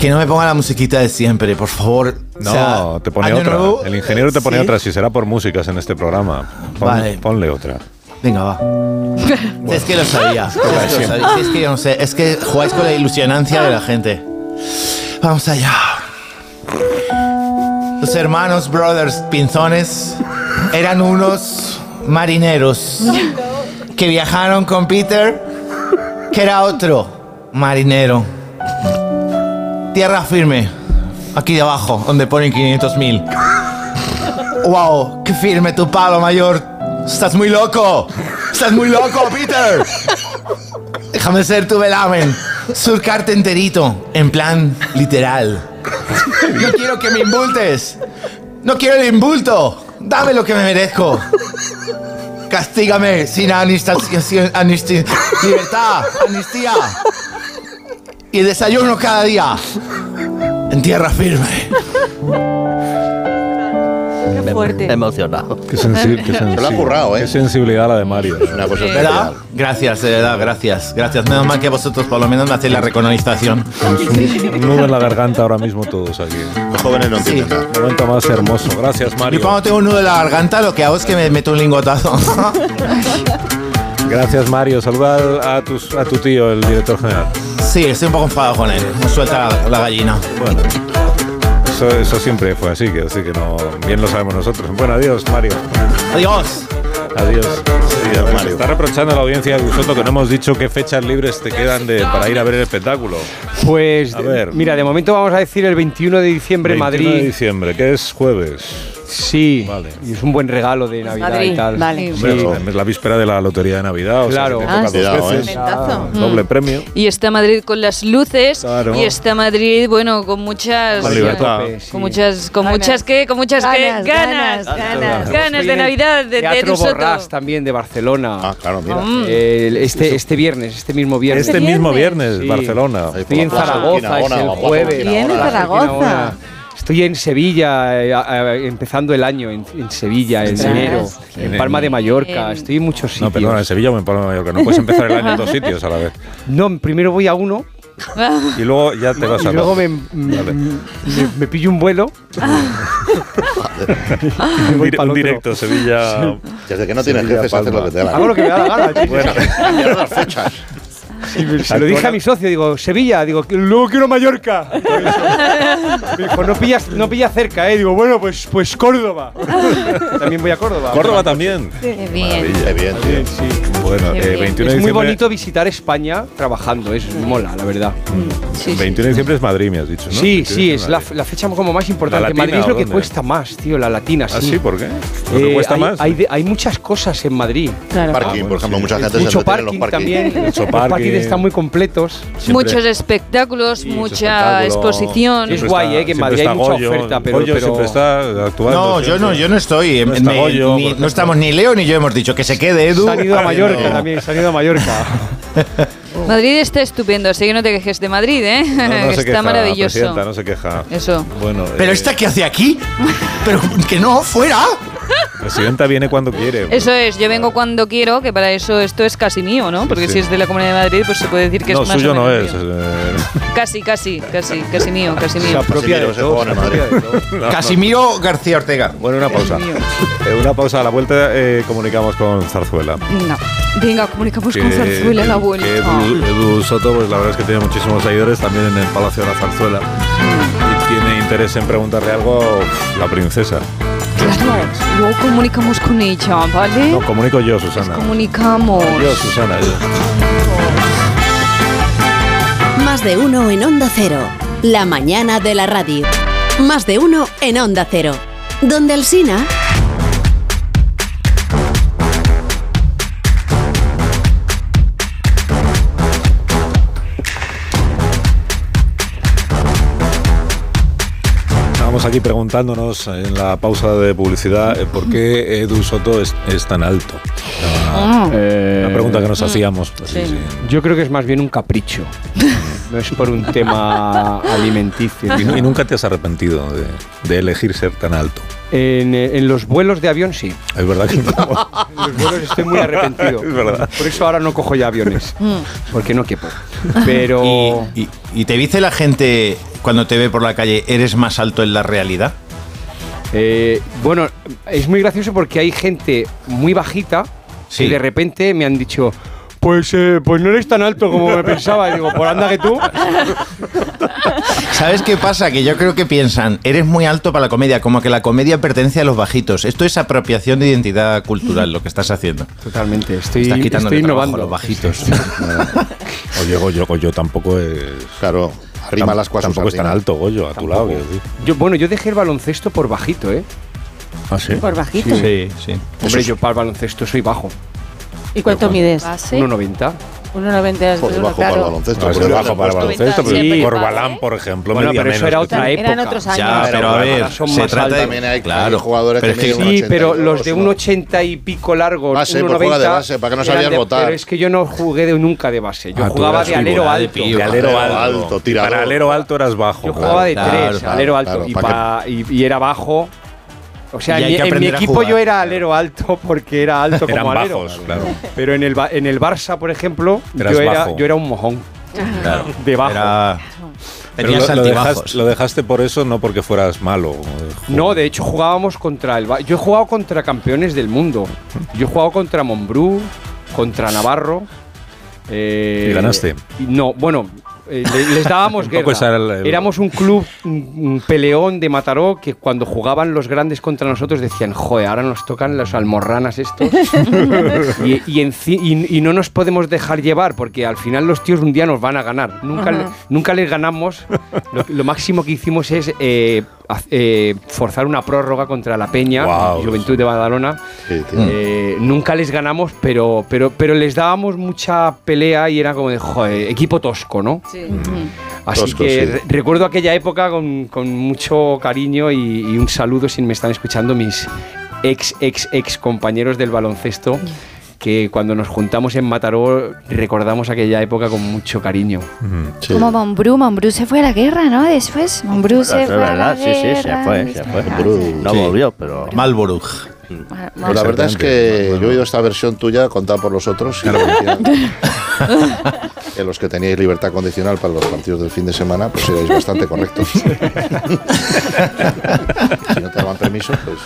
Speaker 4: Que no me ponga la musiquita de siempre, por favor.
Speaker 1: No,
Speaker 4: O sea,
Speaker 1: te pone
Speaker 4: año
Speaker 1: otra.
Speaker 4: nuevo-
Speaker 1: El ingeniero te pone
Speaker 4: ¿Sí?
Speaker 1: otra, si será por músicas en este programa. Pon-
Speaker 4: Vale.
Speaker 1: Ponle otra.
Speaker 4: Venga, va. (laughs) Es que lo sabía. Es que, lo
Speaker 1: siempre.
Speaker 4: sabía. Sí, es que yo no sé. Es que jugáis con la ilusionancia de la gente. Vamos allá. Los hermanos Brothers Pinzones eran unos marineros que viajaron con Peter, que era otro marinero. Tierra firme, aquí de abajo, donde ponen 500 mil. ¡Wow! ¡Qué firme tu palo, mayor! ¡Estás muy loco! ¡Estás muy loco, Peter! Déjame ser tu velamen. Surcarte enterito, en plan literal. No quiero que me invultes. No quiero el invulto. Dame lo que me merezco. Castígame sin amnistía. Libertad, amnistía. Y desayuno cada día. En tierra firme.
Speaker 1: Em,
Speaker 11: Qué
Speaker 4: fuerte.
Speaker 11: Emocionado.
Speaker 1: Qué, sensi- (laughs) qué sensi- Qué sensibilidad la de Mario.
Speaker 4: ¿Verdad? Gracias, de verdad, gracias. Gracias. Menos mal que vosotros por lo menos me hacéis la reconorización.
Speaker 1: Un nudo en la garganta ahora mismo todos aquí. Los jóvenes no entienden Momento más hermoso. Gracias,
Speaker 4: Yo
Speaker 1: Mario.
Speaker 4: cuando tengo un nudo en la garganta lo que hago es que me meto un lingotazo.
Speaker 1: (laughs) Gracias, Mario. Saluda a, tus- (laughs) a tu tío, el director general.
Speaker 4: sí, estoy un poco enfadado con él. Me suelta la, la gallina.
Speaker 1: Bueno. Eso, eso siempre fue así, que, así que no, bien lo sabemos nosotros. Bueno, adiós, Mario.
Speaker 4: Adiós.
Speaker 1: Adiós. Sí, a ver, se está reprochando a la audiencia de Gusoto que no hemos dicho qué fechas libres te quedan de, para ir a ver el espectáculo.
Speaker 10: Pues,
Speaker 1: A ver.
Speaker 10: mira, de momento vamos a decir el 21 de diciembre en
Speaker 1: 21 de
Speaker 10: Madrid.
Speaker 1: diciembre, que es jueves.
Speaker 10: Sí, y es un buen regalo de Navidad
Speaker 7: Madrid,
Speaker 10: y tal.
Speaker 7: vale.
Speaker 10: Sí.
Speaker 1: Hombre, joder, es la víspera de la lotería de Navidad. o sea,
Speaker 10: Claro.
Speaker 1: que te
Speaker 10: Ah,
Speaker 1: toca
Speaker 10: sí,
Speaker 1: dos
Speaker 10: cuidado, ¿eh?
Speaker 1: veces.
Speaker 10: Momentazo.
Speaker 1: Doble premio.
Speaker 2: Y está Madrid con las luces.
Speaker 1: Claro.
Speaker 2: Y está Madrid, bueno, con muchas.
Speaker 1: Con libertad.
Speaker 2: Con muchas, con muchas que, con muchas que
Speaker 7: Ganas, ganas,
Speaker 2: ganas, ganas,
Speaker 7: ganas.
Speaker 2: ganas de
Speaker 7: Estoy en el
Speaker 2: Navidad de, de
Speaker 10: Teatro
Speaker 2: Edu Soto.
Speaker 10: Borrás también de Barcelona. Ah, claro,
Speaker 2: mira. Mm.
Speaker 10: este, este viernes, este mismo viernes.
Speaker 1: Este mismo viernes, Barcelona.
Speaker 10: Estoy en Zaragoza, es el jueves.
Speaker 7: Bien, en Zaragoza.
Speaker 10: Estoy en Sevilla, eh, a- a- empezando el año en, en Sevilla, en
Speaker 1: Ostras.
Speaker 10: enero, en Palma de Mallorca,
Speaker 1: En-
Speaker 10: estoy en muchos
Speaker 1: No,
Speaker 10: sitios.
Speaker 1: perdona, en Sevilla o en Palma de Mallorca. No puedes empezar el año (laughs)
Speaker 10: (laughs)
Speaker 1: en dos sitios a la vez.
Speaker 10: No, primero voy a uno
Speaker 1: Y luego ya te vas
Speaker 10: y
Speaker 1: a
Speaker 10: luego me,
Speaker 1: otro.
Speaker 10: me, me pillo
Speaker 1: (laughs)
Speaker 10: un vuelo. (laughs)
Speaker 1: Un dire- un directo Sevilla.
Speaker 13: Desde que no tienes
Speaker 1: Sevilla,
Speaker 13: jefes, haces
Speaker 1: Palma.
Speaker 13: lo que te da la
Speaker 1: (laughs)
Speaker 10: Hago lo que me da la gana.
Speaker 13: Bueno, cambiaron las fechas.
Speaker 10: Se lo dije a mi socio, digo, Sevilla, digo, luego quiero Mallorca. Me dijo, no pillas, no pillas cerca, eh. Digo, bueno, pues,
Speaker 1: (laughs)
Speaker 10: pues Córdoba. también voy a Córdoba.
Speaker 1: Córdoba también.
Speaker 12: Qué bien.
Speaker 1: Qué bien, tío. Bueno,
Speaker 10: Qué
Speaker 1: eh, 21 de
Speaker 10: bien. es muy
Speaker 1: diciembre.
Speaker 10: bonito visitar España trabajando, es mola, la verdad.
Speaker 1: 21 de diciembre es Madrid, me has dicho, ¿no? 21
Speaker 10: Sí,
Speaker 1: de
Speaker 10: sí, es la,
Speaker 1: Madrid.
Speaker 10: la fecha como más importante.
Speaker 1: ¿La latina
Speaker 10: Madrid es lo
Speaker 1: o
Speaker 10: que
Speaker 1: dónde?
Speaker 10: cuesta más, tío, la latina, sí. Eh,
Speaker 1: ¿Ah, sí? ¿Por qué? ¿Lo que cuesta
Speaker 10: hay,
Speaker 1: más? Ah,
Speaker 10: hay de- hay muchas cosas en Madrid.
Speaker 13: Claro. Parking, por ejemplo, mucha gente se
Speaker 10: Mucho
Speaker 13: entretiene en
Speaker 10: parking
Speaker 13: los
Speaker 10: también.
Speaker 13: parkings. Mucho
Speaker 10: Los
Speaker 13: parking.
Speaker 10: parkings están muy completos.
Speaker 2: Muchos espectáculos, mucha
Speaker 10: espectáculo.
Speaker 2: exposición.
Speaker 10: Es guay, eh, que en
Speaker 1: siempre
Speaker 10: Madrid
Speaker 1: está
Speaker 10: hay mucha
Speaker 1: Goyo,
Speaker 10: oferta, pero.
Speaker 1: Goyo
Speaker 10: pero-
Speaker 1: siempre está actuando.
Speaker 4: No, yo no, yo no estoy.
Speaker 1: No
Speaker 4: Me-
Speaker 1: está
Speaker 4: me-
Speaker 1: Goyo, por
Speaker 4: ni-
Speaker 1: ejemplo.
Speaker 4: no estamos ni Leo ni yo hemos dicho que se quede Edu.
Speaker 10: Se han ido a Mallorca
Speaker 4: No.
Speaker 10: también, se han ido a Mallorca.
Speaker 2: Madrid está estupendo, así que no te quejes de Madrid, ¿eh?
Speaker 1: No, no se
Speaker 2: (laughs) está
Speaker 1: queja,
Speaker 2: maravilloso.
Speaker 1: presidenta, no se queja.
Speaker 2: Eso.
Speaker 1: Bueno,
Speaker 4: Pero
Speaker 1: eh,
Speaker 4: esta que hace aquí, pero que no, fuera.
Speaker 1: presidenta viene cuando quiere.
Speaker 2: (laughs) Eso es, yo vengo cuando quiero, que para eso esto es casi mío, ¿no? Porque
Speaker 1: Sí.
Speaker 2: si es de la Comunidad de Madrid, pues se puede decir que
Speaker 1: no,
Speaker 2: es más.
Speaker 1: suyo
Speaker 2: o menos
Speaker 1: no es. eh,
Speaker 2: mío. Casi, casi, casi, casi mío, casi mío. Pues,
Speaker 1: de
Speaker 4: (laughs) Casimiro García Ortega.
Speaker 1: Bueno, una pausa. Eh, una pausa. A la vuelta eh, comunicamos con Zarzuela.
Speaker 2: No. Venga, comunicamos Pues con
Speaker 1: Que-
Speaker 2: Zarzuela la
Speaker 1: que
Speaker 2: vuelta.
Speaker 1: Edu, Edu Soto, pues la verdad es que tiene muchísimos seguidores también en el Palacio de la Zarzuela.
Speaker 2: Mm.
Speaker 1: Y tiene interés en preguntarle algo uf, la princesa.
Speaker 2: Claro, luego comunicamos con ella, ¿vale?
Speaker 1: No, comunico yo, Susana.
Speaker 2: Comunicamos.
Speaker 1: Yo, Susana. yo.
Speaker 15: Más de uno en Onda Cero. La mañana de la radio. Más de uno en Onda Cero. Donde Alsina.
Speaker 1: Estábamos aquí preguntándonos en la pausa de publicidad eh, por qué Edu Soto es, es tan alto.
Speaker 10: Ah.
Speaker 1: Una,
Speaker 10: Eh,
Speaker 1: una pregunta que nos
Speaker 10: mm.
Speaker 1: hacíamos. pues, Sí, sí.
Speaker 10: Yo creo que es más bien
Speaker 1: (laughs)
Speaker 10: un capricho. No es por un tema alimenticio.
Speaker 1: Y, y nunca te has arrepentido de, de elegir ser tan alto.
Speaker 10: En, eh, en los vuelos de
Speaker 1: (laughs)
Speaker 10: avión sí.
Speaker 1: Es verdad que no.
Speaker 10: En los vuelos estoy muy
Speaker 1: (laughs)
Speaker 10: arrepentido.
Speaker 1: Es verdad.
Speaker 10: Por eso ahora no cojo ya aviones. Porque no quepo.
Speaker 4: Pero. (laughs) ¿Y, y- y te dice la gente cuando te ve por la calle, eres más alto en la realidad?
Speaker 10: Eh, bueno, es muy gracioso porque hay gente muy bajita y de repente me han dicho. Pues, eh, pues no eres tan alto como me pensaba. Y digo, por anda que tú.
Speaker 4: ¿Sabes qué pasa? Que yo creo que piensan, eres muy alto para la comedia, como que la comedia pertenece a los bajitos. Esto es apropiación de identidad cultural, lo que estás haciendo.
Speaker 10: Totalmente, estoy,
Speaker 4: Estás quitando
Speaker 10: estoy
Speaker 4: a
Speaker 10: innovando.
Speaker 4: los bajitos.
Speaker 1: (laughs) Oye, Goyo, Goyo tampoco es.
Speaker 13: Claro, arrima las cosas,
Speaker 1: Tampoco es tan
Speaker 13: arrima.
Speaker 1: alto, Goyo, a tu lado. quiero decir.
Speaker 10: Yo, bueno, yo dejé el baloncesto por bajito, ¿eh?
Speaker 1: ¿Ah, sí?
Speaker 7: Por bajito.
Speaker 4: Sí, sí.
Speaker 10: Hombre, yo para el baloncesto soy bajo.
Speaker 7: ¿Y cuánto mides?
Speaker 1: ¿Ah,
Speaker 10: Ah, 1,90.
Speaker 7: Pues 1,90.
Speaker 10: Por
Speaker 7: claro.
Speaker 10: debajo para el
Speaker 1: No,
Speaker 10: baloncesto.
Speaker 1: eso es Ah, bajo para el baloncesto, pero
Speaker 10: Sí.
Speaker 1: Corbalán, por ejemplo,
Speaker 10: Bueno,
Speaker 1: medía
Speaker 10: pero eso
Speaker 1: menos
Speaker 10: era
Speaker 1: que
Speaker 10: otra
Speaker 1: tú.
Speaker 7: Eran época. otros años.
Speaker 4: Ya, pero a ver,
Speaker 10: Son
Speaker 4: se
Speaker 10: más
Speaker 4: trata
Speaker 10: altos.
Speaker 13: También hay
Speaker 4: claro,
Speaker 13: jugadores
Speaker 4: pero
Speaker 13: que
Speaker 4: es que-
Speaker 13: miden
Speaker 10: Sí, pero
Speaker 13: 1,82,
Speaker 10: los de
Speaker 13: ¿no?
Speaker 10: 1,80 y pico largos,
Speaker 13: Base, pues juega de
Speaker 10: 1,90,
Speaker 13: base, para que no
Speaker 10: eran
Speaker 13: sabías
Speaker 10: de-
Speaker 13: votar.
Speaker 10: Pero es que yo no jugué de, nunca de base. Yo
Speaker 1: Ah, tú
Speaker 10: jugaba
Speaker 1: eras
Speaker 10: de alero
Speaker 1: figura de
Speaker 10: alto.
Speaker 1: pivo. De alero alto,
Speaker 13: tirador.
Speaker 1: Para alero alto eras bajo.
Speaker 10: Yo jugaba de
Speaker 1: Claro,
Speaker 10: tres,
Speaker 1: claro,
Speaker 10: alero alto.
Speaker 1: claro,
Speaker 10: y,
Speaker 1: para que-
Speaker 10: pa- y- y era bajo. O sea,
Speaker 1: Y
Speaker 10: en
Speaker 1: hay
Speaker 10: mi,
Speaker 1: que
Speaker 10: en mi
Speaker 1: aprender a
Speaker 10: equipo
Speaker 1: jugar,
Speaker 10: yo era alero alto porque era alto
Speaker 1: Eran
Speaker 10: como alero.
Speaker 1: bajos, claro.
Speaker 10: Pero en el, Ba- en el Barça, por ejemplo,
Speaker 1: Eras
Speaker 10: yo era,
Speaker 1: bajo.
Speaker 10: yo era un mojón.
Speaker 1: Claro.
Speaker 10: (laughs) De bajo.
Speaker 1: Pero
Speaker 4: Tenías
Speaker 1: lo, lo
Speaker 4: altibajos.
Speaker 1: dejaste, lo dejaste por eso, no porque fueras malo.
Speaker 10: No, de hecho jugábamos contra el. Ba- Yo he jugado contra campeones del mundo. Yo he jugado contra Monbrú, contra Navarro. eh,
Speaker 1: ¿Y ganaste?
Speaker 10: y No, bueno, eh, le- les
Speaker 1: (laughs)
Speaker 10: dábamos guerra.
Speaker 1: Tampoco esa era la-
Speaker 10: Éramos un club, un un peleón de Mataró que cuando jugaban los grandes contra nosotros decían, joder, ahora nos tocan las almorranas estos. y, y enci- y- y no nos podemos dejar llevar porque al final los tíos un día nos van a ganar. Nunca, le-
Speaker 16: Ajá.
Speaker 10: nunca les ganamos. Lo, lo máximo que hicimos es eh, haz- eh, forzar una prórroga contra la Peña, Juventud de Badalona.
Speaker 13: Mm.
Speaker 10: Eh, nunca les ganamos, pero, pero, pero les dábamos mucha pelea y era como de, joder, equipo tosco, ¿no? Así
Speaker 13: Tosco,
Speaker 10: que
Speaker 13: sí.
Speaker 10: re- recuerdo aquella época con, con mucho cariño y, y un saludo si me están escuchando mis ex, ex, ex compañeros del baloncesto. Que cuando nos juntamos en Mataró recordamos aquella época con mucho cariño.
Speaker 11: Mm,
Speaker 12: Como Mambrú, Mambrú se fue a la guerra, ¿no? Después, Mambrú se
Speaker 11: Es
Speaker 12: fue a la
Speaker 11: verdad, sí,
Speaker 12: guerra.
Speaker 11: sí, se fue, se fue. No
Speaker 13: Uh. Sí.
Speaker 11: volvió, pero.
Speaker 4: Malborug.
Speaker 13: Pero la verdad es que yo he oído esta versión tuya contada por los otros. y decían (laughs) que los que teníais libertad condicional para los (laughs)
Speaker 10: (laughs)
Speaker 13: partidos del fin de semana, pues erais bastante correctos. si no te daban permiso, pues.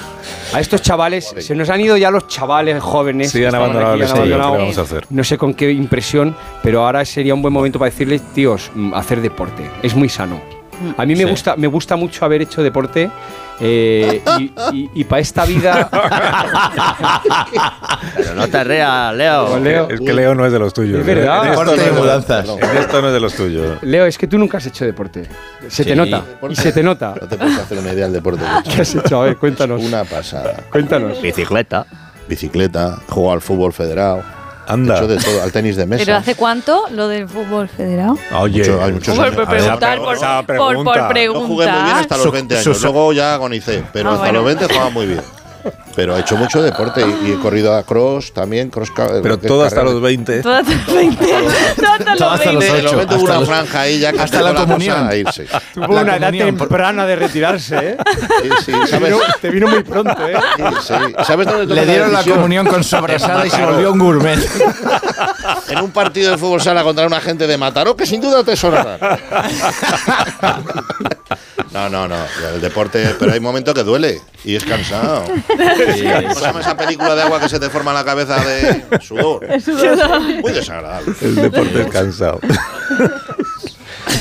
Speaker 10: A estos chavales, se nos han ido ya los chavales jóvenes.
Speaker 1: Sí,
Speaker 10: que
Speaker 1: han
Speaker 10: estaban
Speaker 1: abandonado
Speaker 10: aquí,
Speaker 1: el
Speaker 10: han
Speaker 1: estudio, ¿qué le
Speaker 10: abandonado.
Speaker 1: vamos a hacer?
Speaker 10: No sé con qué impresión, pero ahora sería un buen momento para decirles, tíos, mm, hacer deporte. Es muy sano. A mí me, gusta, me gusta mucho haber hecho deporte eh, y, para esta vida...
Speaker 11: (laughs) Pero no te rías, Leo.
Speaker 1: Es que Leo no es de los tuyos. ¿eh?
Speaker 10: Es verdad.
Speaker 1: En esto
Speaker 10: Corte
Speaker 1: no
Speaker 10: de
Speaker 1: es de-
Speaker 10: mudanzas.
Speaker 1: en esto no es de los tuyos.
Speaker 10: Leo, es que tú nunca has hecho deporte. Se te
Speaker 13: Sí.
Speaker 10: nota. Y
Speaker 13: Deporte.
Speaker 10: se te nota.
Speaker 13: No te puedes hacer una idea del deporte. que he hecho.
Speaker 10: (laughs) ¿Qué has hecho? A ver, cuéntanos.
Speaker 13: Una pasada.
Speaker 10: Cuéntanos.
Speaker 13: Bicicleta. Bicicleta. Juego al fútbol federado.
Speaker 1: Anda.
Speaker 13: He hecho de todo. Al tenis de mesa.
Speaker 2: ¿Pero hace cuánto lo del fútbol federado?
Speaker 1: Oye,
Speaker 13: Mucho- hay muchos
Speaker 2: Por-
Speaker 13: años.
Speaker 2: por pues, preguntar, por-
Speaker 13: Esa
Speaker 2: por- por
Speaker 13: pregunta.
Speaker 2: preguntar.
Speaker 13: No jugué muy bien hasta los
Speaker 1: Su-
Speaker 13: 20
Speaker 1: su-
Speaker 13: años.
Speaker 1: su-
Speaker 13: Luego ya agonicé, pero
Speaker 2: Ah,
Speaker 13: hasta
Speaker 2: bueno.
Speaker 13: los 20 jugaba muy bien. Pero he hecho mucho deporte y, y he corrido a cross también, cross
Speaker 1: Pero todo hasta los 20.
Speaker 2: Todo hasta los 20. Todo hasta los 20.
Speaker 13: De momento hubo una franja ahí ya que
Speaker 4: hasta la
Speaker 13: empezó cosa
Speaker 4: comunión.
Speaker 13: a irse.
Speaker 10: Tuvo
Speaker 4: La
Speaker 10: una edad
Speaker 4: comunión, por-
Speaker 10: temprana de retirarse, ¿eh?
Speaker 13: Sí, sí,
Speaker 10: Te
Speaker 13: ¿sabes?
Speaker 10: vino, te vino muy pronto, ¿eh?
Speaker 13: Sí, ¿Sabes dónde toca
Speaker 4: Le dieron la
Speaker 13: decisión?
Speaker 4: comunión con (laughs) sobrasada y se
Speaker 13: Mataró.
Speaker 4: volvió un gourmet.
Speaker 13: En un partido de fútbol sala contra una gente de Mataró que sin duda te sonará. No, no, no. El deporte, pero hay momentos que duele y es cansado. ¿Cómo se llama esa película de agua que se te forma en la cabeza de sudor? Muy desagradable.
Speaker 1: El deporte es
Speaker 10: (laughs)
Speaker 1: cansado.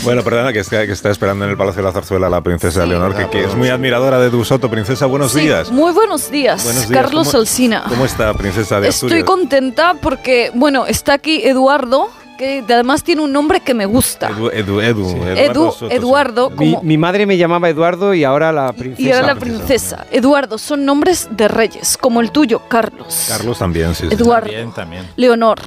Speaker 1: Bueno, perdona que está, que está esperando en el Palacio de la Zarzuela la princesa Leonor, que, que es muy admiradora de Du Soto. Princesa, buenos
Speaker 2: Sí,
Speaker 1: días.
Speaker 2: Muy buenos días,
Speaker 1: Buenos días,
Speaker 2: Carlos
Speaker 1: ¿cómo-
Speaker 2: Alsina.
Speaker 1: ¿Cómo está, princesa de
Speaker 2: Estoy
Speaker 1: Asturias?
Speaker 2: contenta porque, bueno, está aquí Eduardo, que además tiene un nombre que me gusta.
Speaker 1: Edu, Edu, Edu,
Speaker 2: Edu,
Speaker 1: Soto, sí.
Speaker 2: Eduardo,
Speaker 10: Mi,
Speaker 2: como,
Speaker 10: mi madre me llamaba Eduardo y ahora la princesa.
Speaker 2: y ahora la princesa. Eduardo, son nombres de reyes, como el tuyo, Carlos.
Speaker 1: Carlos también, sí. sí.
Speaker 2: Eduardo. También, Leonor.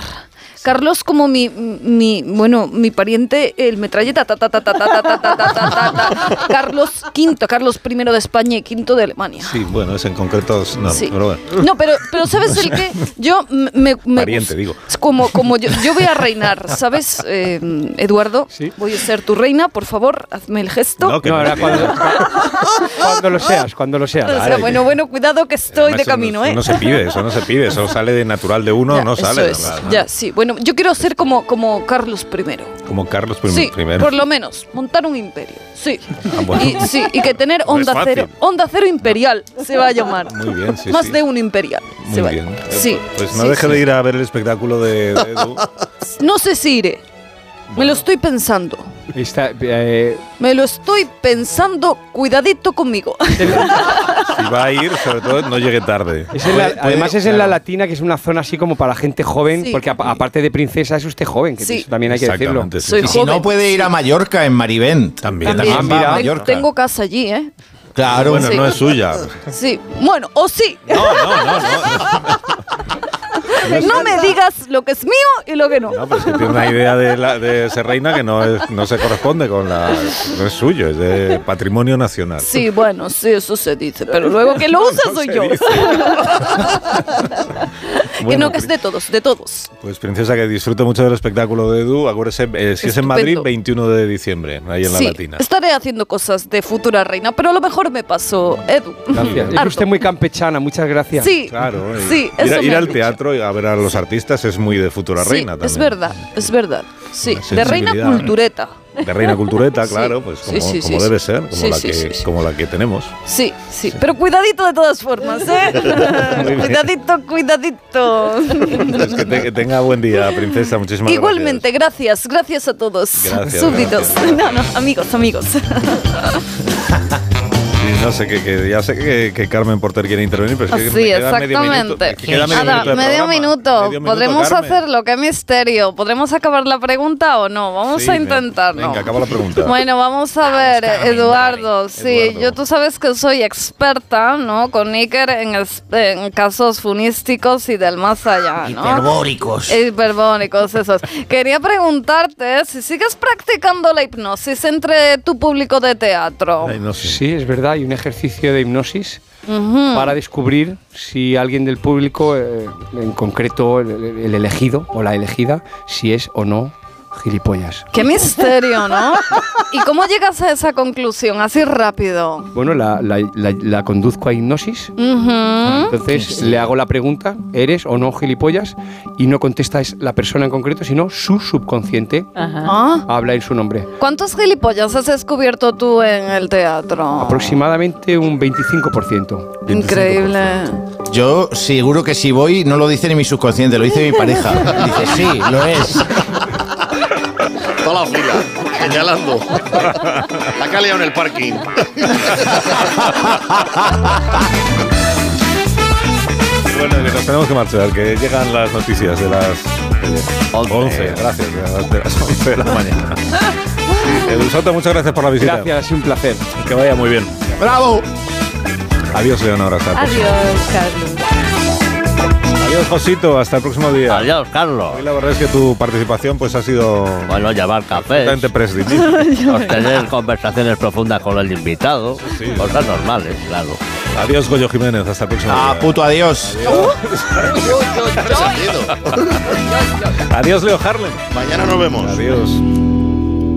Speaker 2: Carlos como mi, mi bueno mi pariente el metralle ta ta ta ta ta ta ta ta ta ta ta, ta. Carlos V Carlos I de España y V de Alemania
Speaker 1: Sí, bueno, es en concreto. No,
Speaker 2: Sí.
Speaker 1: pero bueno.
Speaker 2: No, pero, pero ¿sabes el que Yo m- me... me
Speaker 1: Pariente, digo.
Speaker 2: Es Como, como yo, yo voy a reinar, ¿sabes, eh, Eduardo? Voy a ser tu reina, por favor, hazme el gesto.
Speaker 10: No, ahora cuando, cuando lo seas, cuando lo seas.
Speaker 2: (laughs) O sea, bueno, bueno, cuidado que estoy
Speaker 1: Además,
Speaker 2: de camino,
Speaker 1: eso
Speaker 2: ¿eh?
Speaker 1: No se pide, Ah, eso no se pide, eso sale de natural de uno,
Speaker 2: Ya,
Speaker 1: no
Speaker 2: eso
Speaker 1: sale.
Speaker 2: es,
Speaker 1: ¿no?
Speaker 2: Pues, Ya, sí. Bueno, yo quiero ser como, como Carlos I.
Speaker 1: Como Carlos prim-
Speaker 2: sí,
Speaker 1: Pues, primero.
Speaker 2: por lo menos, montar un imperio. Sí.
Speaker 1: Ah, bueno.
Speaker 2: y, sí, y que tener
Speaker 1: No es
Speaker 2: onda
Speaker 1: fácil.
Speaker 2: cero. Onda cero imperial se va a llamar.
Speaker 1: Muy bien, sí,
Speaker 2: Más
Speaker 1: sí.
Speaker 2: de un imperial. se va
Speaker 1: Muy
Speaker 2: a
Speaker 1: bien.
Speaker 2: llamar. Sí.
Speaker 1: Pues no
Speaker 2: sí,
Speaker 1: deje
Speaker 2: sí.
Speaker 1: de ir a ver el espectáculo de, de
Speaker 2: (laughs)
Speaker 1: Edu.
Speaker 2: No sé si iré. Me lo estoy pensando.
Speaker 10: Está, eh,
Speaker 2: Me lo estoy pensando. Cuidadito conmigo.
Speaker 1: Si va a ir, sobre todo, no llegue tarde.
Speaker 10: es en la- además es en la latina, que es una zona así como para gente joven,
Speaker 2: Sí.
Speaker 10: porque a- aparte de princesa es usted joven, que
Speaker 2: Sí.
Speaker 10: eso también hay que decirlo.
Speaker 1: Exactamente, sí.
Speaker 2: Soy
Speaker 4: y si
Speaker 2: joven.
Speaker 4: no puede ir a Mallorca en Marivent. También.
Speaker 2: (laughs) También.
Speaker 4: También va a
Speaker 10: Mira.
Speaker 4: Mallorca.
Speaker 2: Tengo casa allí, ¿eh?
Speaker 4: Claro.
Speaker 1: Bueno,
Speaker 2: Sí.
Speaker 1: no es suya.
Speaker 2: Sí. Bueno, o sí.
Speaker 1: No, no, no. no.
Speaker 2: (laughs) No me digas lo que es mío y lo que no.
Speaker 1: No, pero es que tiene una idea de, la, de ser reina que no, es- no se corresponde con la. No es suyo, es
Speaker 2: (laughs)
Speaker 1: de patrimonio nacional.
Speaker 2: Sí, bueno, sí, eso se dice. Pero luego (laughs) que lo usa soy
Speaker 1: se
Speaker 2: yo.
Speaker 1: dice.
Speaker 2: que
Speaker 1: Bueno,
Speaker 2: no, que es de todos, de todos.
Speaker 1: Pues, princesa, que disfrute mucho del espectáculo de Edu. Acuérdese, eh, si es en
Speaker 2: Estupendo.
Speaker 1: Madrid, 21 de diciembre, ahí en la
Speaker 2: sí,
Speaker 1: Latina.
Speaker 2: estaré haciendo cosas de futura reina, pero a lo mejor me paso, Edu.
Speaker 10: Gracias.
Speaker 2: (laughs)
Speaker 10: Es
Speaker 2: Harto.
Speaker 10: usted muy campechana, muchas gracias.
Speaker 2: Sí.
Speaker 1: Claro, y
Speaker 2: Sí,
Speaker 1: ir,
Speaker 2: eso
Speaker 1: ir
Speaker 2: me han
Speaker 1: al
Speaker 2: dicho.
Speaker 1: teatro y a ver a los artistas es muy de futura
Speaker 2: Sí,
Speaker 1: reina también.
Speaker 2: es verdad, es verdad. Sí,
Speaker 1: Una
Speaker 2: de reina
Speaker 1: sensibilidad.
Speaker 2: cultureta.
Speaker 1: De reina cultureta,
Speaker 2: Sí,
Speaker 1: claro, pues
Speaker 2: sí,
Speaker 1: como,
Speaker 2: sí,
Speaker 1: como
Speaker 2: sí,
Speaker 1: debe
Speaker 2: sí.
Speaker 1: ser, como,
Speaker 2: Sí,
Speaker 1: la
Speaker 2: sí,
Speaker 1: que,
Speaker 2: sí, sí.
Speaker 1: como la que
Speaker 2: (laughs)
Speaker 1: tenemos.
Speaker 2: (laughs) Sí, sí, pero cuidadito de todas formas, ¿eh?
Speaker 1: (laughs) Muy bien.
Speaker 2: cuidadito, cuidadito.
Speaker 1: Pues que, te- que tenga buen día, princesa. Muchísimas
Speaker 2: Igualmente, gracias, gracias a todos.
Speaker 1: Gracias,
Speaker 2: Súbditos. No, no, amigos, amigos.
Speaker 1: gracias. Y no sé, que, que ya sé que, que Carmen Porter quiere intervenir, pero
Speaker 2: Ah,
Speaker 1: es que me
Speaker 12: Sí,
Speaker 1: queda medio minuto.
Speaker 12: exactamente.
Speaker 1: que queda medio
Speaker 12: Ahora,
Speaker 1: minuto de
Speaker 12: medio
Speaker 1: programa.
Speaker 12: minuto.
Speaker 1: Medio minuto,
Speaker 12: ¿Podremos
Speaker 1: Carmen.
Speaker 12: hacerlo? ¿Qué misterio? ¿Podremos acabar la pregunta o no? Vamos
Speaker 1: Sí,
Speaker 12: a
Speaker 1: venga,
Speaker 12: intentarlo.
Speaker 1: Venga, acaba la pregunta.
Speaker 2: (laughs)
Speaker 12: Bueno, vamos a ver, Eduardo. Sí, yo tú sabes que soy experta, ¿no? Con Iker en, es- en casos funísticos y del más allá, ¿no?
Speaker 4: Hiperbóricos.
Speaker 12: Hiperbóricos, esos. Quería preguntarte si sigues practicando la hipnosis entre tu público de teatro.
Speaker 10: Sí, es verdad, hay un ejercicio de hipnosis
Speaker 12: Ujú.
Speaker 10: para descubrir si alguien del público, eh, en concreto el, el elegido o la elegida, si es o no Gilipollas.
Speaker 2: Qué misterio, ¿no? ¿Y cómo llegas a esa conclusión así rápido?
Speaker 10: Bueno, la, la- la- la conduzco a hipnosis.
Speaker 12: Ah.
Speaker 2: Ujú.
Speaker 10: Entonces le hago la pregunta, ¿eres o no gilipollas? Y no contesta es la persona en concreto, sino su subconsciente
Speaker 2: Ah,
Speaker 10: habla en su nombre.
Speaker 2: ¿Cuántos gilipollas has descubierto tú en el teatro?
Speaker 10: Aproximadamente un 25%.
Speaker 2: Increíble.
Speaker 4: Yo seguro que si voy no lo dice ni mi subconsciente, lo dice mi pareja. Dice, sí, lo es.
Speaker 13: Toda la fila, señalando. La que ha liado en el parking.
Speaker 1: Bueno, que nos tenemos que marchar, que llegan las noticias de las 11. gracias, de las, de las 11 de la
Speaker 10: (laughs)
Speaker 1: mañana. Edu Soto, muchas gracias por la visita.
Speaker 10: Gracias, ha sido un placer.
Speaker 1: Que vaya muy bien.
Speaker 4: ¡Bravo!
Speaker 1: Adiós, Leonora. Hasta el próximo.
Speaker 7: Adiós, Carlos.
Speaker 1: Adiós, Josito. Hasta el próximo día.
Speaker 11: Adiós, Carlos.
Speaker 1: Hoy la verdad es que tu participación pues ha sido...
Speaker 11: Bueno, llevar café. Pues (laughs)
Speaker 1: Absolutamente prescindible.
Speaker 11: Tener conversaciones profundas con el invitado. Cosas normales, claro.
Speaker 1: Adiós, Goyo Jiménez. Hasta el próximo
Speaker 4: Ah,
Speaker 1: día.
Speaker 4: puto adiós.
Speaker 1: Adiós, Leo Harlem.
Speaker 13: Mañana nos vemos.
Speaker 1: Adiós.